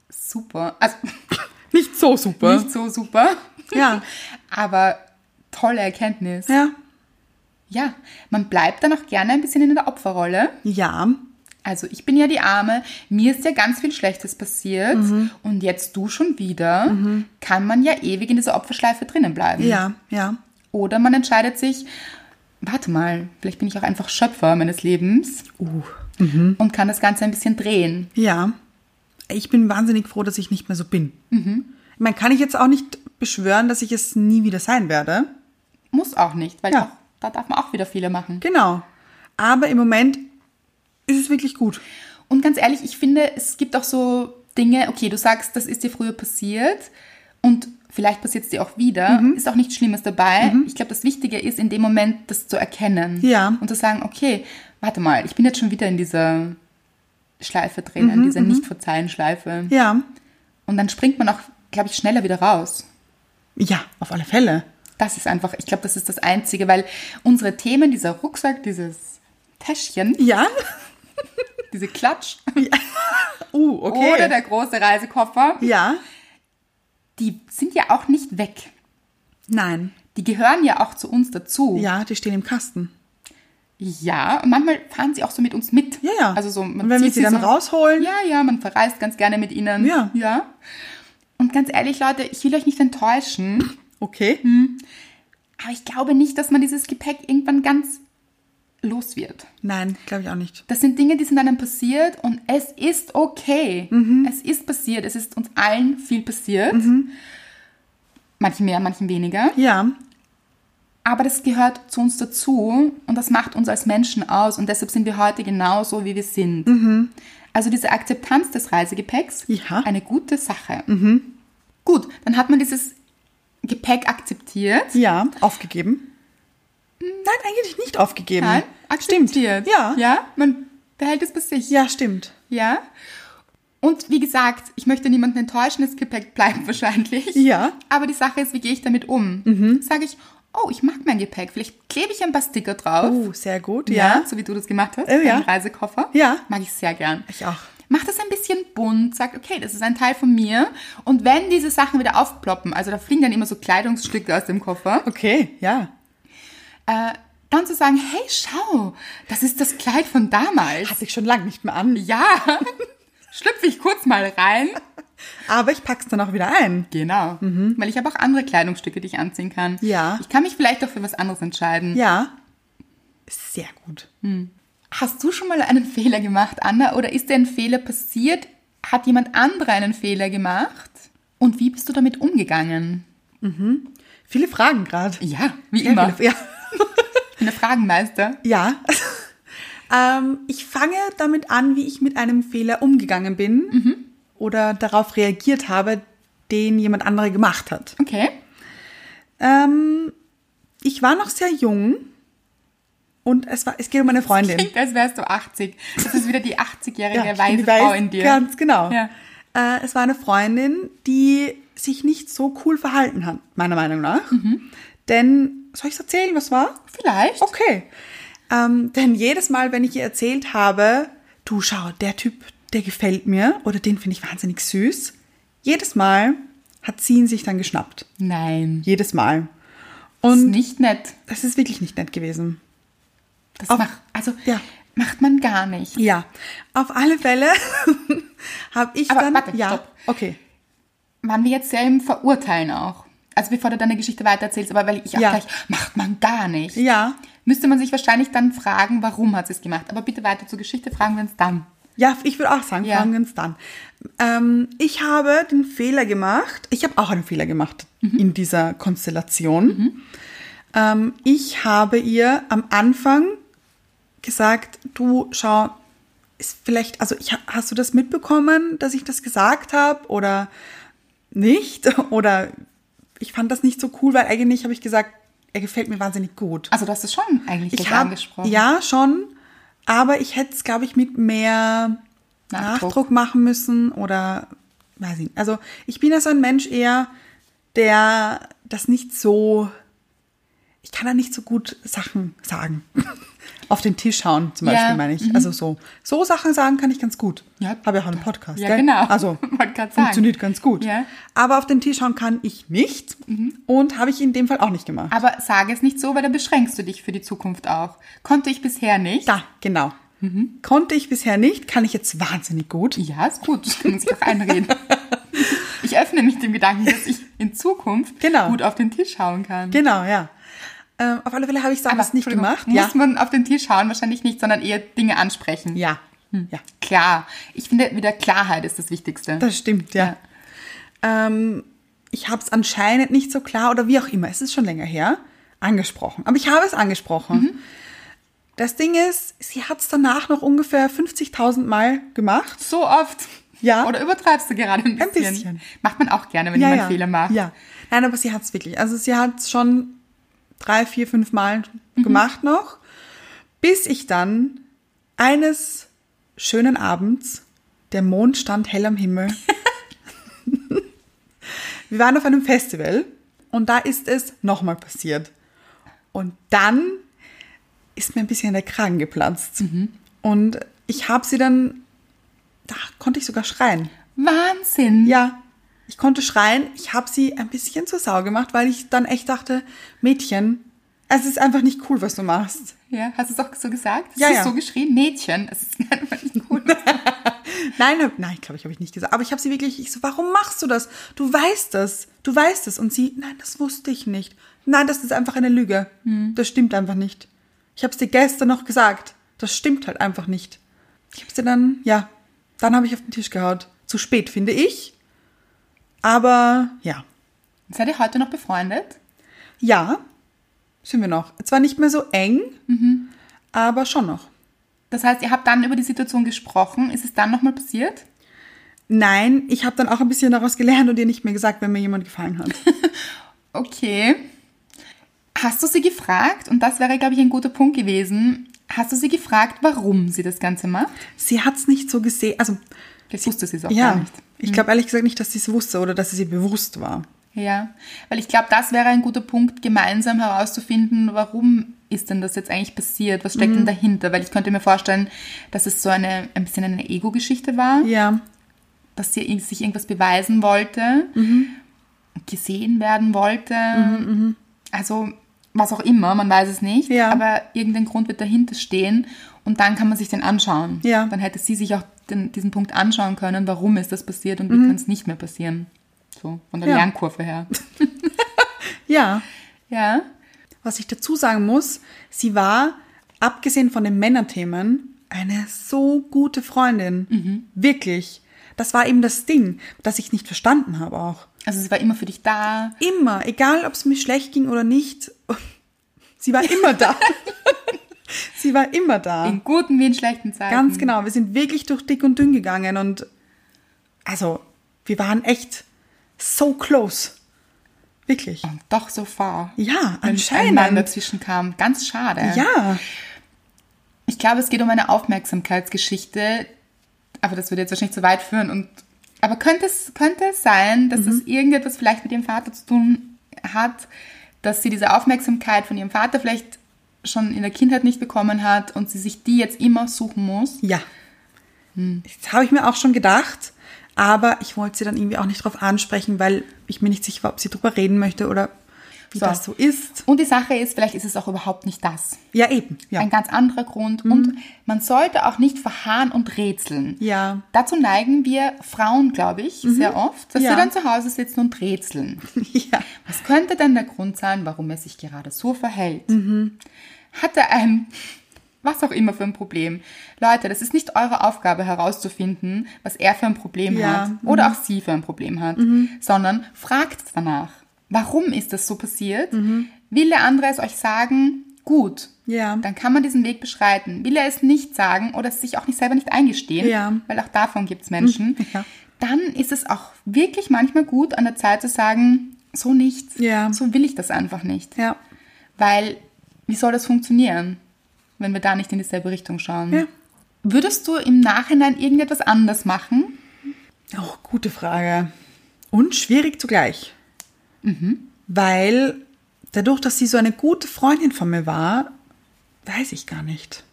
S1: Super. Also,
S2: Nicht so super.
S1: nicht so super.
S2: Ja.
S1: Aber tolle Erkenntnis. Ja.
S2: Ja.
S1: man bleibt dann auch gerne ein bisschen in der Opferrolle.
S2: Ja.
S1: Also ich bin ja die Arme, mir ist ja ganz viel Schlechtes passiert
S2: Mhm.
S1: und jetzt du schon wieder, kann man ja ewig in dieser Opferschleife drinnen bleiben.
S2: Ja. Ja.
S1: Oder man entscheidet sich, warte mal, vielleicht bin ich auch einfach Schöpfer meines Lebens
S2: Uh.
S1: und kann das Ganze ein bisschen drehen.
S2: Ja. Ich bin wahnsinnig froh, dass ich nicht mehr so bin. Ich meine, kann ich jetzt auch nicht beschwören, dass ich es nie wieder sein werde.
S1: Muss auch nicht, weil
S2: Ja.
S1: auch, da darf man auch wieder Fehler machen.
S2: Genau. Aber im Moment ist es wirklich gut.
S1: Und ganz ehrlich, ich finde, es gibt auch so Dinge, okay, du sagst, das ist dir früher passiert und vielleicht passiert es dir auch wieder,
S2: Mhm.
S1: ist auch nichts Schlimmes dabei. Ich glaube, das Wichtige ist, in dem Moment das zu erkennen
S2: Ja.
S1: und zu sagen, okay, warte mal, ich bin jetzt schon wieder in dieser Schleife drin,
S2: Mhm,
S1: in dieser Nicht-Verzeihen-Schleife.
S2: Ja.
S1: Und dann springt man auch, glaube ich, schneller wieder raus.
S2: Ja, auf alle Fälle.
S1: Das ist einfach, ich glaube, das ist das Einzige, weil unsere Themen, dieser Rucksack, dieses Täschchen,
S2: Ja.
S1: diese Klatsch
S2: Uh, okay.
S1: oder der große Reisekoffer,
S2: ja.
S1: die sind ja auch nicht weg.
S2: Nein.
S1: Die gehören ja auch zu uns dazu.
S2: Ja, die stehen im Kasten.
S1: Ja, und manchmal fahren sie auch so mit uns mit.
S2: Ja, ja.
S1: Also so, man
S2: Und wenn wir
S1: zieht
S2: sie dann
S1: so,
S2: rausholen.
S1: Ja, ja, man verreist ganz gerne mit ihnen.
S2: Ja.
S1: Ja. Und ganz ehrlich, Leute, ich will euch nicht enttäuschen,
S2: Okay.
S1: aber ich glaube nicht, dass man dieses Gepäck irgendwann ganz los wird.
S2: Nein, glaube ich auch nicht.
S1: Das sind Dinge, die sind einem passiert und es ist okay.
S2: Mhm.
S1: Es ist passiert. Es ist uns allen viel passiert. Manchen mehr, manchen weniger.
S2: Ja.
S1: Aber das gehört zu uns dazu und das macht uns als Menschen aus und deshalb sind wir heute genauso, wie wir sind. Also diese Akzeptanz des Reisegepäcks,
S2: Mhm. Ja. Mhm.
S1: eine gute Sache. Gut, dann hat man dieses Gepäck akzeptiert.
S2: Ja. Aufgegeben? Nein, eigentlich nicht aufgegeben.
S1: Nein, akzeptiert.
S2: Stimmt. Ja.
S1: ja, man behält es bei sich.
S2: Ja, stimmt.
S1: Ja. Und wie gesagt, ich möchte niemanden enttäuschen, das Gepäck bleibt wahrscheinlich.
S2: Ja. Mhm.
S1: Aber die Sache ist, wie gehe ich damit um? Sage ich, oh, ich mag mein Gepäck, vielleicht klebe ich ein paar Sticker drauf.
S2: Oh, sehr gut, ja.
S1: so wie du das gemacht hast,
S2: Oh, ja.
S1: deinen Reisekoffer.
S2: Ja.
S1: Mag ich sehr gern.
S2: Ich auch.
S1: Mach das ein bisschen bunt, sag, okay, das ist ein Teil von mir. Und wenn diese Sachen wieder aufploppen, also da fliegen dann immer so Kleidungsstücke aus dem Koffer,
S2: Okay, ja.
S1: äh, dann zu sagen, hey, schau, das ist das Kleid von damals.
S2: Hatte ich schon lange nicht mehr an.
S1: Ja, schlüpfe ich kurz mal rein.
S2: Aber ich pack's dann auch wieder ein.
S1: Genau, weil ich habe auch andere Kleidungsstücke, die ich anziehen kann.
S2: Mhm. Ja.
S1: Ich kann mich vielleicht auch für was anderes entscheiden.
S2: Ja. Sehr gut.
S1: Hast du schon mal einen Fehler gemacht, Anna? Oder ist dir ein Fehler passiert? Hat jemand anderer einen Fehler gemacht? Und wie bist du damit umgegangen?
S2: Viele Fragen gerade.
S1: Ja, wie immer.
S2: Ja.
S1: Ich bin der Fragenmeister.
S2: ja. ähm, ich fange damit an, wie ich mit einem Fehler umgegangen bin
S1: Mhm.
S2: oder darauf reagiert habe, den jemand anderer gemacht hat.
S1: Okay.
S2: Ähm, ich war noch sehr jung und es, war, es geht um meine Freundin.
S1: Klingt, als wärst du 80. Das ist wieder die 80-jährige
S2: ich bin
S1: weise
S2: die
S1: Frau
S2: Weiß-
S1: in dir.
S2: Ganz genau.
S1: Ja.
S2: Äh, es war eine Freundin, die sich nicht so cool verhalten hat, meiner Meinung nach.
S1: Mhm.
S2: Denn, soll ich es erzählen, was war?
S1: Vielleicht.
S2: Okay. Ähm, denn jedes Mal, wenn ich ihr erzählt habe, du schau, der Typ, der gefällt mir oder den finde ich wahnsinnig süß, jedes Mal hat sie ihn sich dann geschnappt.
S1: Nein.
S2: Jedes Mal.
S1: Das ist
S2: Und
S1: nicht nett.
S2: das ist wirklich nicht nett gewesen.
S1: Das
S2: Auf-
S1: macht, also,
S2: Ja.
S1: macht man gar nicht.
S2: Ja, auf alle Fälle habe ich
S1: Aber
S2: dann.
S1: warte,
S2: ja,
S1: stopp.
S2: okay.
S1: waren wir jetzt sehr im Verurteilen auch. Also bevor du deine Geschichte weitererzählst, aber weil ich auch
S2: Ja.
S1: gleich, macht man gar nicht.
S2: Ja.
S1: Müsste man sich wahrscheinlich dann fragen, warum hat sie es gemacht. Aber bitte weiter zur Geschichte, fragen wir uns dann.
S2: Ja, ich würde auch sagen,
S1: Ja.
S2: fangen wir uns dann. Ähm, ich habe den Fehler gemacht. Ich habe auch einen Fehler gemacht in dieser Konstellation. Ähm, ich habe ihr am Anfang gesagt, du schau, ist vielleicht, also ich, hast du das mitbekommen, dass ich das gesagt habe oder nicht? Oder ich fand das nicht so cool, weil eigentlich habe ich gesagt, er gefällt mir wahnsinnig gut
S1: Also du hast es schon eigentlich gleich
S2: hab-
S1: angesprochen.
S2: Ja, schon. Aber ich hätte es, glaube ich, mit mehr
S1: Nachdruck.
S2: Nachdruck. machen müssen oder weiß ich nicht. Also ich bin ja so ein Mensch eher, der das nicht so. Ich kann da nicht so gut Sachen sagen. Auf den Tisch hauen, zum
S1: Ja, mhm.
S2: Beispiel, meine ich. Also so. So Sachen sagen kann ich ganz gut.
S1: Ja.
S2: Habe ja auch einen Podcast.
S1: Ja,
S2: gell?
S1: genau.
S2: Also
S1: Wollte grad sagen.
S2: funktioniert ganz gut.
S1: Ja. Mhm.
S2: Aber auf den Tisch hauen kann ich nicht. Und habe ich in dem Fall auch nicht gemacht.
S1: Aber sage es nicht so, weil dann beschränkst du dich für die Zukunft auch. Konnte ich bisher nicht.
S2: Da, genau. Konnte ich bisher nicht, kann ich jetzt wahnsinnig gut.
S1: Ja, ist gut, kann man sich auch einreden. ich öffne mich dem Gedanken, dass ich in Zukunft
S2: Genau.
S1: gut auf den Tisch schauen kann.
S2: Genau, ja. Ähm, auf alle Fälle habe ich
S1: Aber,
S2: es nicht
S1: Entschuldigung,
S2: gemacht.
S1: Muss
S2: Ja.
S1: man auf den Tisch schauen? Wahrscheinlich nicht, sondern eher Dinge ansprechen.
S2: ja,
S1: Hm.
S2: ja,
S1: Klar. Ich finde, wieder Klarheit ist das Wichtigste.
S2: das stimmt, ja. Ähm, ich habe es anscheinend nicht so klar oder wie auch immer, es ist schon länger her, angesprochen. Aber ich habe es angesprochen.
S1: Mhm.
S2: Das Ding ist, sie hat es danach noch ungefähr 50.000 Mal gemacht.
S1: so oft.
S2: Ja.
S1: Oder übertreibst du gerade ein bisschen?
S2: bisschen.
S1: Macht man auch gerne, wenn jemand Fehler macht.
S2: Ja. Nein, aber sie hat es wirklich. Also sie hat es schon drei, vier, fünf Mal
S1: Mhm.
S2: gemacht noch, bis ich dann eines schönen Abends, der Mond stand hell am Himmel. Wir waren auf einem Festival und da ist es nochmal passiert. Und dann ist mir ein bisschen der Kragen geplatzt.
S1: Mhm.
S2: Und ich habe sie dann, da konnte ich sogar schreien.
S1: Wahnsinn.
S2: Ja, ich konnte schreien. Ich habe sie ein bisschen zur Sau gemacht, weil ich dann echt dachte, Mädchen, es ist einfach nicht cool, was du machst.
S1: Ja, Hast du es auch so gesagt?
S2: Ja,
S1: Hast du
S2: ja.
S1: so geschrien? Mädchen. Es ist einfach nicht cool.
S2: Nein, hab, nein, glaube ich, habe ich nicht gesagt. Aber ich habe sie wirklich, ich so, warum machst du das? Du weißt das, du weißt es. Und sie, nein, das wusste ich nicht. Nein, das ist einfach eine Lüge. Das stimmt einfach nicht. Ich habe es dir gestern noch gesagt. Das stimmt halt einfach nicht. Ich habe sie dann, ja, dann habe ich auf den Tisch gehaut. Zu spät, finde ich. Aber ja,
S1: Seid ihr heute noch befreundet?
S2: Ja, sind wir noch. Zwar nicht mehr so eng,
S1: Mhm.
S2: aber schon noch.
S1: Das heißt, ihr habt dann über die Situation gesprochen. Ist es dann nochmal passiert?
S2: Nein, ich habe dann auch ein bisschen daraus gelernt und ihr nicht mehr gesagt, wenn mir jemand gefallen hat.
S1: Okay. Hast du sie gefragt, und das wäre, glaube ich, ein guter Punkt gewesen, hast du sie gefragt, warum sie das Ganze macht?
S2: sie hat es nicht so gesehen. Also,
S1: Vielleicht wusste sie es auch
S2: ja,
S1: gar nicht. Mhm.
S2: ich glaube ehrlich gesagt nicht, dass sie es wusste oder dass es ihr bewusst war.
S1: Ja, weil ich glaube, das wäre ein guter Punkt, gemeinsam herauszufinden, warum ist denn das jetzt eigentlich passiert? Was
S2: Mhm.
S1: steckt denn dahinter? Weil ich könnte mir vorstellen, dass es so eine, ein bisschen eine Ego-Geschichte war,
S2: Ja,
S1: dass sie ir- sich irgendwas beweisen wollte,
S2: Mhm.
S1: gesehen werden wollte. Also was auch immer, man weiß es nicht.
S2: Ja.
S1: Aber irgendein Grund wird dahinter stehen und dann kann man sich den anschauen.
S2: Ja.
S1: Dann hätte sie sich auch den, diesen Punkt anschauen können, warum ist das passiert und wie kann es nicht mehr passieren. So, von der
S2: Mhm. Ja.
S1: Lernkurve her.
S2: ja.
S1: Ja.
S2: Was ich dazu sagen muss, sie war, abgesehen von den Männerthemen, eine so gute Freundin.
S1: Mhm.
S2: Wirklich. Das war eben das Ding, das ich nicht verstanden habe auch.
S1: Also sie war immer für dich da.
S2: Immer, egal ob es mir schlecht ging oder nicht, sie war immer da. sie war immer da.
S1: In guten wie in schlechten Zeiten.
S2: Ganz genau. Wir sind wirklich durch dick und dünn gegangen und also, wir waren echt so close. Wirklich.
S1: Und doch so far.
S2: Ja,
S1: Wenn Ein Mann
S2: anscheinend.
S1: dazwischen kam. Ganz schade.
S2: Ja,
S1: Ich glaube, es geht um eine Aufmerksamkeitsgeschichte. Aber das würde jetzt wahrscheinlich zu weit führen. Und, aber könnte es, könnte es sein,
S2: Mhm.
S1: dass es irgendetwas vielleicht mit ihrem Vater zu tun hat, dass sie diese Aufmerksamkeit von ihrem Vater vielleicht schon in der Kindheit nicht bekommen hat und sie sich die jetzt immer suchen muss?
S2: ja.
S1: Hm.
S2: Das habe ich mir auch schon gedacht, aber ich wollte sie dann irgendwie auch nicht drauf ansprechen, weil ich mir nicht sicher war, ob sie drüber reden möchte oder wie
S1: So.
S2: das so ist.
S1: Und die Sache ist, vielleicht ist es auch überhaupt nicht das.
S2: Ja, eben. Ja. Mhm.
S1: Ein ganz anderer Grund. Und man sollte auch nicht verharren und rätseln.
S2: Ja. Mhm.
S1: Dazu neigen wir Frauen, glaube ich, sehr oft, dass
S2: Ja.
S1: wir dann zu Hause sitzen und rätseln.
S2: ja.
S1: Was könnte denn der Grund sein, warum er sich gerade so verhält? Hat er ein, was auch immer für ein Problem? Leute, das ist nicht eure Aufgabe herauszufinden, was er für ein Problem
S2: Ja, mhm.
S1: hat oder auch sie für ein Problem hat, sondern fragt danach. Warum ist das so passiert? Will der andere es euch sagen? Gut.
S2: Mhm. Ja.
S1: Dann kann man diesen Weg beschreiten. Will er es nicht sagen oder es sich auch nicht selber nicht eingestehen,
S2: Ja.
S1: weil auch davon gibt es Menschen,
S2: Ja.
S1: dann ist es auch wirklich manchmal gut, an der Zeit zu sagen, so nicht,
S2: Ja.
S1: so will ich das einfach nicht.
S2: Ja.
S1: Weil, wie soll das funktionieren, wenn wir da nicht in dieselbe Richtung schauen?
S2: Ja.
S1: Würdest du im Nachhinein irgendetwas anders machen?
S2: Auch gute Frage. Und schwierig zugleich. Weil dadurch, dass sie so eine gute Freundin von mir war, weiß ich gar nicht.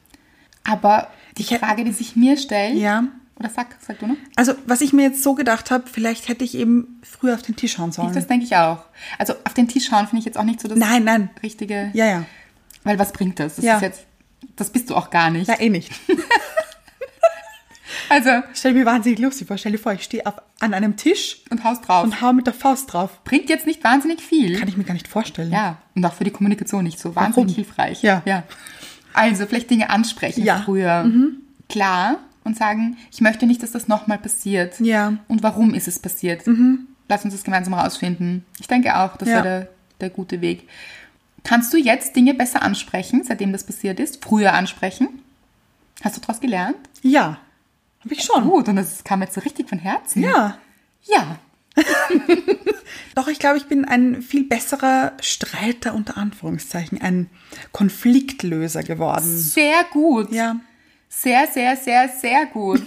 S1: Aber die
S2: Ich hä-
S1: Frage, die sich mir stellt,
S2: Ja.
S1: oder sag, sag du noch?
S2: Also, was ich mir jetzt so gedacht habe, vielleicht hätte ich eben früher auf den Tisch schauen sollen.
S1: Das denke ich auch. Also auf den Tisch schauen finde ich jetzt auch nicht so das
S2: Nein, nein.
S1: richtige.
S2: Ja, ja.
S1: Weil was bringt das? Das
S2: Ja.
S1: ist jetzt, das bist du auch gar nicht.
S2: Na, eh nicht.
S1: Also,
S2: Stell mir wahnsinnig lustig vor. Stell dir vor, ich stehe auf- an einem Tisch
S1: und haust drauf.
S2: und hau mit der Faust drauf.
S1: bringt jetzt nicht wahnsinnig viel.
S2: Kann ich mir gar nicht vorstellen.
S1: Ja, und auch für die Kommunikation nicht so wahnsinnig hilfreich.
S2: Ja.
S1: Also vielleicht Dinge ansprechen
S2: Ja. Mhm.
S1: früher. Klar und sagen, ich möchte nicht, dass das nochmal passiert.
S2: Ja. Mhm.
S1: Und warum ist es passiert? Lass uns das gemeinsam rausfinden. Ich denke auch, das
S2: Ja.
S1: wäre der, der gute Weg. Kannst du jetzt Dinge besser ansprechen, seitdem das passiert ist? Früher ansprechen? Hast du daraus gelernt?
S2: Ja. Hab ich schon.
S1: Gut, und das kam jetzt so richtig von Herzen.
S2: Ja.
S1: Ja.
S2: Doch, ich glaube, ich bin ein viel besserer Streiter unter Anführungszeichen, ein Konfliktlöser geworden.
S1: Sehr gut.
S2: Ja.
S1: Sehr, sehr, sehr, sehr gut.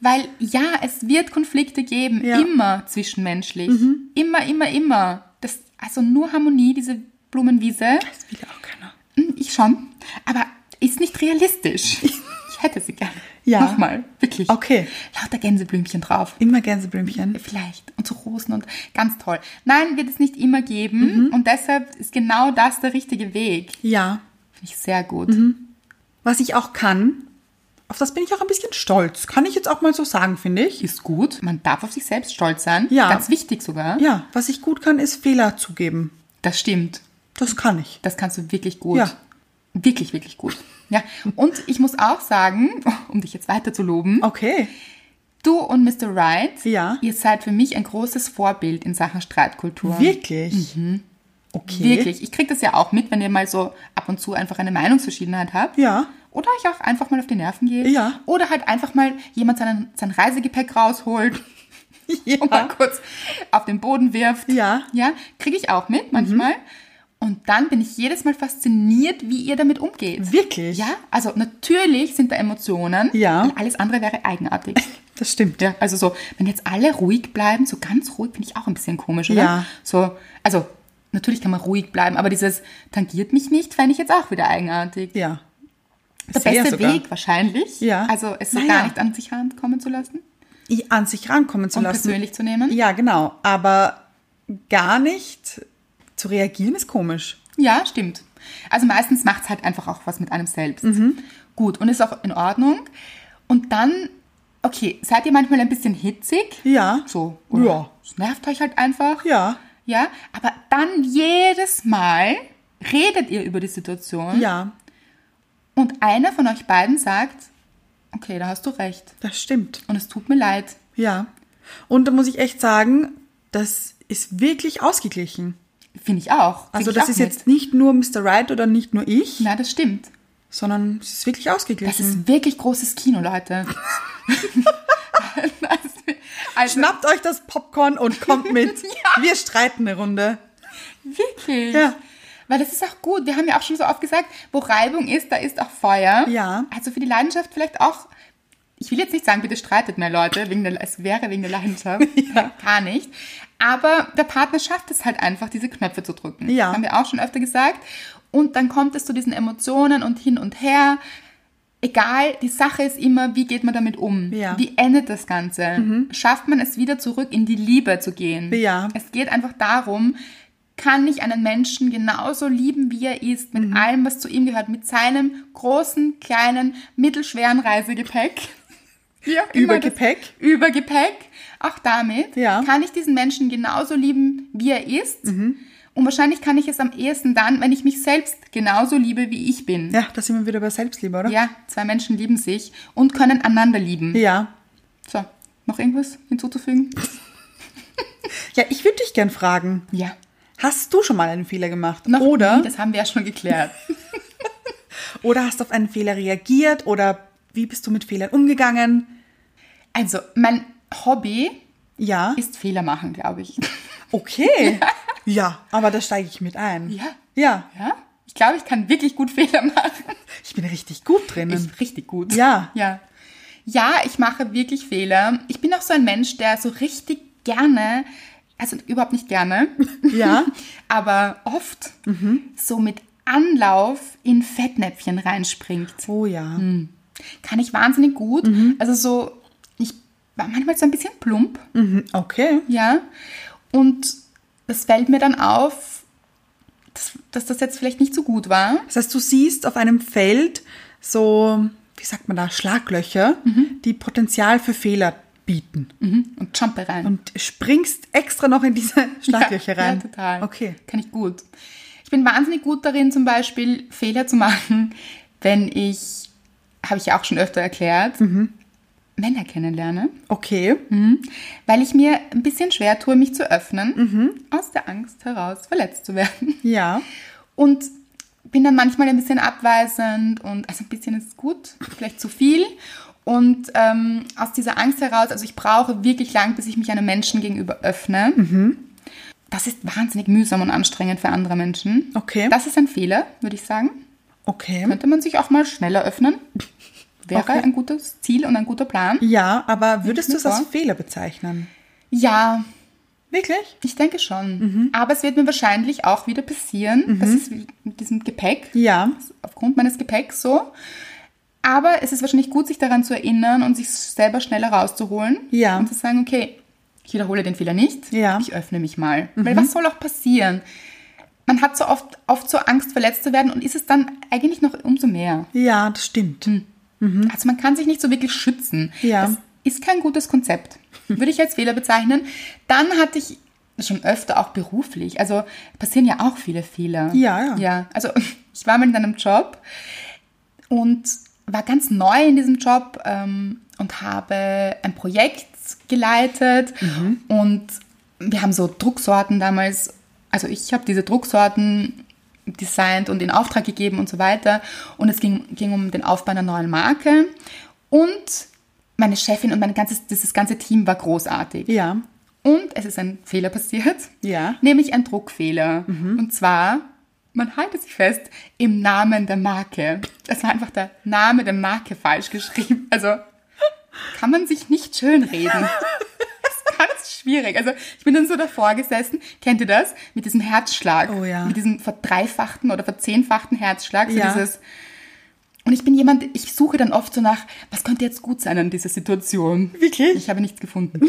S1: Weil ja, es wird Konflikte geben,
S2: Ja. Mhm.
S1: immer zwischenmenschlich. Immer, immer, immer. Das, also nur Harmonie, diese Blumenwiese.
S2: Das will ja auch keiner.
S1: Hm, Ich schon. Aber ist nicht realistisch. Ich hätte sie gerne.
S2: Ja.
S1: Nochmal, wirklich.
S2: Okay.
S1: Lauter Gänseblümchen drauf.
S2: Immer Gänseblümchen.
S1: Vielleicht. Und so Rosen und ganz toll. Nein, wird es nicht immer
S2: Mhm.
S1: geben. Und deshalb ist genau das der richtige Weg.
S2: Ja.
S1: Finde ich sehr gut.
S2: Mhm. Was ich auch kann, auf das bin ich auch ein bisschen stolz. Kann ich jetzt auch mal so sagen, finde ich.
S1: Ist gut. Man darf auf sich selbst stolz sein.
S2: Ja.
S1: Ganz wichtig sogar.
S2: Ja, was ich gut kann, ist Fehler zugeben.
S1: Das stimmt.
S2: Das kann ich.
S1: Das kannst du wirklich gut.
S2: Ja.
S1: Wirklich, wirklich gut. Ja. Und ich muss auch sagen, um dich jetzt weiter zu loben,
S2: Okay.
S1: du und Mr. Wright,
S2: Oh. Ja.
S1: ihr seid für mich ein großes Vorbild in Sachen Streitkultur.
S2: Wirklich? Okay.
S1: Mhm. Wirklich. Ich kriege das ja auch mit, wenn ihr mal so ab und zu einfach eine Meinungsverschiedenheit habt.
S2: Ja.
S1: Oder ich auch einfach mal auf die Nerven gehe.
S2: Ja.
S1: Oder halt einfach mal jemand seinen, sein Reisegepäck rausholt und mal
S2: Ja.
S1: kurz auf den Boden wirft.
S2: Ja.
S1: Ja, kriege ich auch mit manchmal. Und dann bin ich jedes Mal fasziniert, wie ihr damit umgeht.
S2: Wirklich?
S1: Ja, also natürlich sind da Emotionen.
S2: Ja.
S1: weil Alles andere wäre eigenartig.
S2: Das stimmt.
S1: Ja, also so, wenn jetzt alle ruhig bleiben, so ganz ruhig, finde ich auch ein bisschen komisch, oder?
S2: Ja.
S1: So, also natürlich kann man ruhig bleiben, aber dieses tangiert mich nicht, fände ich jetzt auch wieder eigenartig.
S2: Ja.
S1: Der
S2: Sehr
S1: beste
S2: sogar.
S1: Weg wahrscheinlich.
S2: Ja.
S1: Also es so
S2: Naja.
S1: gar nicht an sich rankommen zu lassen
S2: I- An sich rankommen zu
S1: und
S2: lassen.
S1: um persönlich zu nehmen.
S2: Ja, genau. Aber gar nicht zu reagieren ist komisch.
S1: Ja, stimmt. Also meistens macht es halt einfach auch was mit einem selbst.
S2: Mhm.
S1: Gut, und ist auch in Ordnung. Und dann, okay, seid ihr manchmal ein bisschen hitzig?
S2: Ja.
S1: So.
S2: Ja.
S1: Es nervt euch halt einfach.
S2: Ja.
S1: Ja, aber dann jedes Mal redet ihr über die Situation
S2: Mhm. Ja,
S1: und einer von euch beiden sagt, okay, da hast du recht
S2: das stimmt.
S1: und es tut mir leid.
S2: Ja. Und da muss ich echt sagen, das ist wirklich ausgeglichen.
S1: Finde ich auch. Krieg
S2: Also
S1: ich
S2: das
S1: auch
S2: ist
S1: mit.
S2: jetzt nicht nur Mr. Right oder nicht nur ich,
S1: Na, das stimmt.
S2: sondern es ist wirklich
S1: Das
S2: ausgeglichen.
S1: ist wirklich großes Kino, Leute. also,
S2: Schnappt euch das Popcorn und kommt mit. Wir streiten eine Runde.
S1: Wirklich?
S2: Ja.
S1: Weil das ist auch gut. Wir haben ja auch schon so oft gesagt, wo Reibung ist, da ist auch Feuer.
S2: Ja.
S1: Also für die Leidenschaft vielleicht auch. Ich will jetzt nicht sagen, bitte streitet mehr Leute, wegen der, es wäre wegen der Leidenschaft.
S2: Ja.
S1: Gar nicht. Aber der Partner schafft es halt einfach, diese Knöpfe zu drücken.
S2: Ja.
S1: Das haben wir auch schon öfter gesagt. Und dann kommt es zu diesen Emotionen und hin und her. Egal, die Sache ist immer, wie geht man damit um?
S2: Ja. Mhm.
S1: Wie endet das Ganze? Schafft man es wieder zurück in die Liebe zu gehen?
S2: Ja.
S1: Es geht einfach darum, kann ich einen Menschen genauso lieben, wie er ist, mit
S2: Mhm.
S1: allem, was zu ihm gehört, mit seinem großen, kleinen, mittelschweren Reisegepäck. Wie auch immer genau, das-
S2: Übergepäck.
S1: Übergepäck. Auch damit
S2: Ja. Mhm.
S1: kann ich diesen Menschen genauso lieben, wie er ist. Und wahrscheinlich kann ich es am ehesten dann, wenn ich mich selbst genauso liebe, wie ich bin.
S2: Ja, da sind wir wieder bei Selbstliebe, oder?
S1: Ja, zwei Menschen lieben sich und können einander lieben.
S2: Ja.
S1: So, noch irgendwas hinzuzufügen?
S2: Ja, ich würde dich gern fragen.
S1: Ja.
S2: Hast du schon mal einen Fehler gemacht?
S1: Noch
S2: oder,
S1: nie, das haben wir ja schon geklärt.
S2: oder hast du auf einen Fehler reagiert? Oder wie bist du mit Fehlern umgegangen?
S1: Also, mein Hobby
S2: Ja.
S1: ist Fehler machen, glaube ich.
S2: okay. ja, aber da steige ich mit ein.
S1: Ja.
S2: Ja.
S1: Ja? Ich glaube, ich kann wirklich gut Fehler machen.
S2: Ich bin richtig gut drinnen.
S1: Ich richtig gut.
S2: Ja.
S1: Ja. Ja, ich mache wirklich Fehler. Ich bin auch so ein Mensch, der so richtig gerne, also überhaupt nicht gerne,
S2: ja.
S1: aber oft so mit Anlauf in Fettnäpfchen reinspringt.
S2: Oh ja.
S1: Hm. Kann ich wahnsinnig gut. Also so, ich war manchmal so ein bisschen plump.
S2: Mhm. Okay.
S1: Ja. Und das fällt mir dann auf, dass, dass das jetzt vielleicht nicht so gut war.
S2: Das heißt, du siehst auf einem Feld so, wie sagt man da, Schlaglöcher,
S1: Mhm.
S2: die Potenzial für Fehler bieten.
S1: Und jumpe rein.
S2: Und springst extra noch in diese Schlaglöcher
S1: ja,
S2: rein.
S1: Ja, total.
S2: Okay.
S1: Kann ich gut. Ich bin wahnsinnig gut darin, zum Beispiel Fehler zu machen, wenn ich, habe ich ja auch schon öfter erklärt,
S2: Mhm.
S1: Männer kennenlerne.
S2: Okay.
S1: Mhm. Weil ich mir ein bisschen schwer tue, mich zu öffnen,
S2: Mhm.
S1: aus der Angst heraus verletzt zu werden.
S2: Ja.
S1: Und bin dann manchmal ein bisschen abweisend und also ein bisschen ist gut, vielleicht zu viel. Und ähm, aus dieser Angst heraus, also ich brauche wirklich lang, bis ich mich einem Menschen gegenüber öffne.
S2: Mhm.
S1: Das ist wahnsinnig mühsam und anstrengend für andere Menschen.
S2: Okay.
S1: Das ist ein Fehler, würde ich sagen.
S2: Okay.
S1: Könnte man sich auch mal schneller öffnen. Wäre
S2: Okay.
S1: ein gutes Ziel und ein guter Plan.
S2: Ja, aber würdest du es als
S1: vor.
S2: Fehler bezeichnen?
S1: Ja,
S2: Wirklich?
S1: ich denke schon.
S2: Mhm.
S1: Aber es wird mir wahrscheinlich auch wieder passieren. Das ist wie mit diesem Gepäck.
S2: Ja.
S1: aufgrund meines Gepäcks so. Aber es ist wahrscheinlich gut, sich daran zu erinnern und sich selber schneller rauszuholen.
S2: Ja.
S1: Und zu sagen, okay, ich wiederhole den Fehler nicht.
S2: Ja. Mhm.
S1: Ich öffne mich mal. Weil was soll auch passieren? Man hat so oft, oft so Angst, verletzt zu werden und ist es dann eigentlich noch umso mehr.
S2: Ja, das stimmt.
S1: Also man kann sich nicht so wirklich schützen.
S2: Mhm. Ja.
S1: Das ist kein gutes Konzept. Würde ich als Fehler bezeichnen. Dann hatte ich schon öfter auch beruflich. Also passieren ja auch viele Fehler.
S2: Ja, ja.
S1: Ja, also ich war mal in einem Job und war ganz neu in diesem Job ähm, und habe ein Projekt geleitet und wir haben so Drucksorten damals, also ich habe diese Drucksorten designt und in Auftrag gegeben und so weiter und es ging, ging um den Aufbau einer neuen Marke und meine Chefin und mein ganzes, dieses ganze Team war großartig.
S2: Ja.
S1: Und es ist ein Fehler passiert.
S2: Ja. Mhm.
S1: Nämlich ein Druckfehler. Und zwar, man halte sich fest, im Namen der Marke. Es war einfach der Name der Marke falsch geschrieben. Also kann man sich nicht schönreden. Das ist ganz schwierig. Also ich bin dann so davor gesessen, kennt ihr das? Mit diesem Herzschlag.
S2: Oh ja.
S1: Mit diesem verdreifachten oder verzehnfachten Herzschlag. So
S2: Ja.
S1: dieses und ich bin jemand, ich suche dann oft so nach, was könnte jetzt gut sein an dieser Situation?
S2: Wirklich?
S1: Ich habe nichts gefunden.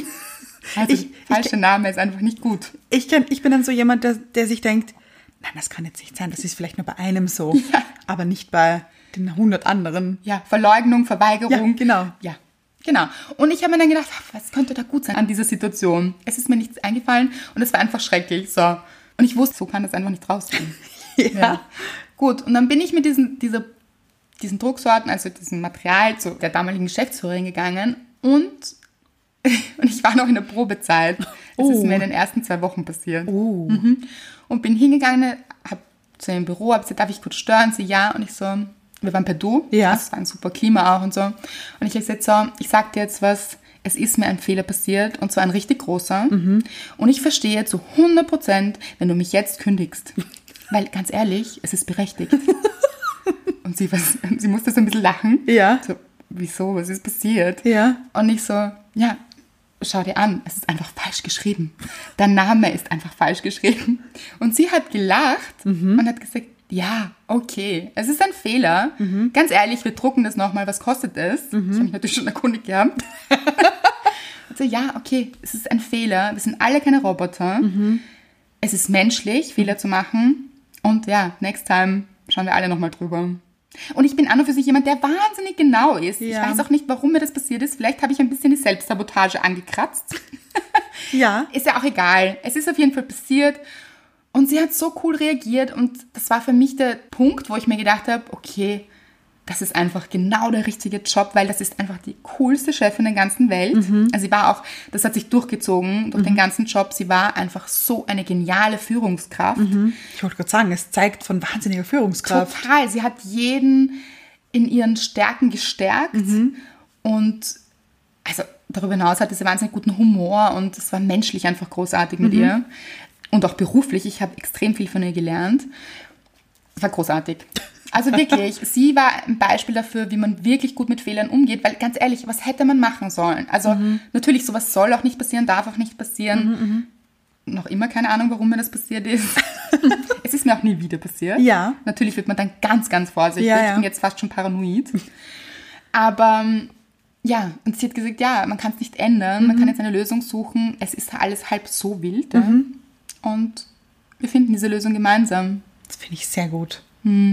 S1: Also,
S2: Ich- ich-
S1: falscher Name ist einfach nicht gut.
S2: Ich, kenn, ich bin dann so jemand, der, der sich denkt, nein, das kann jetzt nicht sein, das ist vielleicht nur bei einem so,
S1: Ja.
S2: aber nicht bei den 100 anderen.
S1: Ja, Verleugnung, Verweigerung.
S2: Ja, genau.
S1: Ja, genau. Und ich habe mir dann gedacht, ach, was könnte da gut sein an dieser Situation? Es ist mir nichts eingefallen und es war einfach schrecklich. So. Und ich wusste, so kann das einfach nicht rausgehen.
S2: Ja.
S1: Gut, und dann bin ich mit diesen, dieser, diesen Drucksorten, also diesem Material zu der damaligen Geschäftsführerin gegangen und, und ich war noch in der Probezeit. Das
S2: Oh.
S1: ist mir in den ersten zwei Wochen passiert.
S2: Oh.
S1: Und bin hingegangen, hab zu ihrem Büro, hab gesagt, darf ich kurz stören? Sie ja. Und ich so, wir waren per Du.
S2: Ja.
S1: Also, es war ein super Klima auch und so. Und ich hab gesagt, so, ich sag dir jetzt was, es ist mir ein Fehler passiert und zwar ein richtig großer.
S2: Mhm.
S1: Und ich verstehe zu 100 Prozent, wenn du mich jetzt kündigst. Weil ganz ehrlich, es ist berechtigt. und sie, was, sie musste so ein bisschen lachen.
S2: Ja.
S1: So, wieso, was ist passiert?
S2: Ja.
S1: Und ich so, ja, schau dir an, es ist einfach falsch geschrieben. Dein Name ist einfach falsch geschrieben. Und sie hat gelacht und hat gesagt, ja, okay, es ist ein Fehler. Ganz ehrlich, wir drucken das nochmal, was kostet es? Ich habe mich natürlich schon erkundigt gehabt. und so, ja, okay, es ist ein Fehler. Wir sind alle keine Roboter. Es ist menschlich, Fehler zu machen. Und ja, next time schauen wir alle nochmal drüber. Und ich bin an und für sich jemand, der wahnsinnig genau ist.
S2: Ja.
S1: Ich weiß auch nicht, warum mir das passiert ist. Vielleicht habe ich ein bisschen die Selbstsabotage angekratzt.
S2: Ja.
S1: Ist ja auch egal. Es ist auf jeden Fall passiert. Und sie hat so cool reagiert. Und das war für mich der Punkt, wo ich mir gedacht habe, okay, das ist einfach genau der richtige Job, weil das ist einfach die coolste Chefin der ganzen Welt. Also sie war auch, das hat sich durchgezogen durch den ganzen Job. Sie war einfach so eine geniale Führungskraft.
S2: Ich wollte gerade sagen, es zeigt von wahnsinniger Führungskraft.
S1: Total. Sie hat jeden in ihren Stärken gestärkt und also darüber hinaus hatte sie wahnsinnig guten Humor und es war menschlich einfach großartig mit ihr und auch beruflich. Ich habe extrem viel von ihr gelernt. Es war großartig. Also wirklich, sie war ein Beispiel dafür, wie man wirklich gut mit Fehlern umgeht, weil ganz ehrlich, was hätte man machen sollen? Also
S2: Mhm.
S1: natürlich, sowas soll auch nicht passieren, darf auch nicht passieren.
S2: mhm.
S1: Noch immer keine Ahnung, warum mir das passiert ist. es ist mir auch nie wieder passiert.
S2: Ja.
S1: Natürlich wird man dann ganz, ganz vorsichtig.
S2: Ja, ja.
S1: Ich bin jetzt fast schon paranoid. Aber ähm, ja, und sie hat gesagt, ja, man kann es nicht ändern,
S2: Mhm.
S1: man kann jetzt eine Lösung suchen. Es ist alles halb so wild. ja.
S2: Mhm.
S1: Und wir finden diese Lösung gemeinsam.
S2: Das finde ich sehr gut.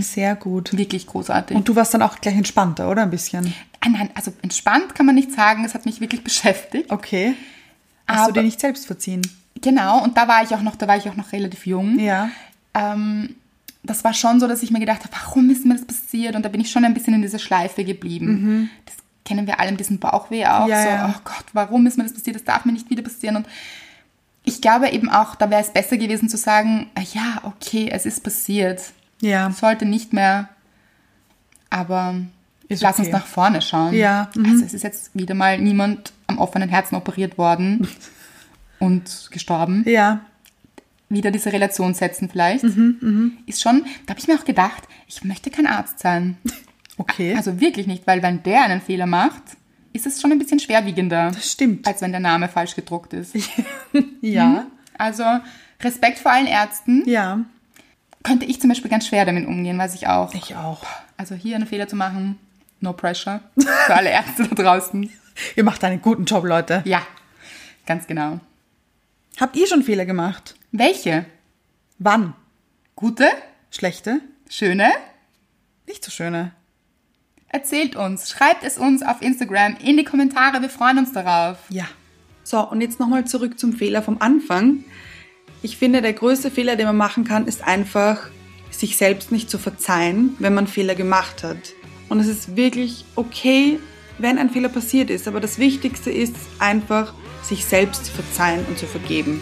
S2: Sehr gut.
S1: Wirklich großartig.
S2: Und du warst dann auch gleich entspannter, oder? Ein bisschen.
S1: Ah, nein, also entspannt kann man nicht sagen, es hat mich wirklich beschäftigt.
S2: Okay. Hast
S1: Aber-
S2: du dir nicht selbst verziehen?
S1: Genau, und da war ich auch noch, da war ich auch noch relativ jung.
S2: Ja.
S1: Ähm, das war schon so, dass ich mir gedacht habe, warum ist mir das passiert? Und da bin ich schon ein bisschen in dieser Schleife geblieben. Das kennen wir alle mit diesem Bauchweh auch.
S2: Mhm. Ja,
S1: so,
S2: ja.
S1: oh Gott, warum ist mir das passiert? Das darf mir nicht wieder passieren. Und ich glaube eben auch, da wäre es besser gewesen zu sagen, ah ja, okay, es ist passiert.
S2: Ja.
S1: Sollte nicht mehr. Aber
S2: Ist
S1: lass
S2: okay.
S1: uns nach vorne schauen.
S2: Ja, mhm.
S1: Also es ist jetzt wieder mal niemand am offenen Herzen operiert worden und gestorben.
S2: Ja.
S1: Wieder diese Relation setzen vielleicht.
S2: Mhm,
S1: Ist schon, da habe ich mir auch gedacht, ich möchte kein Arzt sein.
S2: Okay.
S1: Also wirklich nicht, weil wenn der einen Fehler macht, ist es schon ein bisschen schwerwiegender.
S2: Das stimmt.
S1: Als wenn der Name falsch gedruckt ist.
S2: ja.
S1: Also Respekt vor allen Ärzten.
S2: Ja.
S1: Könnte ich zum Beispiel ganz schwer damit umgehen, weiß ich auch.
S2: Ich auch.
S1: Also hier einen Fehler zu machen, no pressure. Für alle Ärzte da draußen.
S2: Ihr macht einen guten Job, Leute.
S1: Ja, ganz genau.
S2: Habt ihr schon Fehler gemacht?
S1: Welche?
S2: Wann?
S1: Gute?
S2: Schlechte?
S1: Schöne?
S2: Nicht so schöne.
S1: Erzählt uns, schreibt es uns auf Instagram in die Kommentare, wir freuen uns darauf.
S2: Ja. So, und jetzt nochmal zurück zum Fehler vom Anfang. Ich finde, der größte Fehler, den man machen kann, ist einfach, sich selbst nicht zu verzeihen, wenn man Fehler gemacht hat. Und es ist wirklich okay, wenn ein Fehler passiert ist. Aber das Wichtigste ist einfach, sich selbst zu verzeihen und zu vergeben.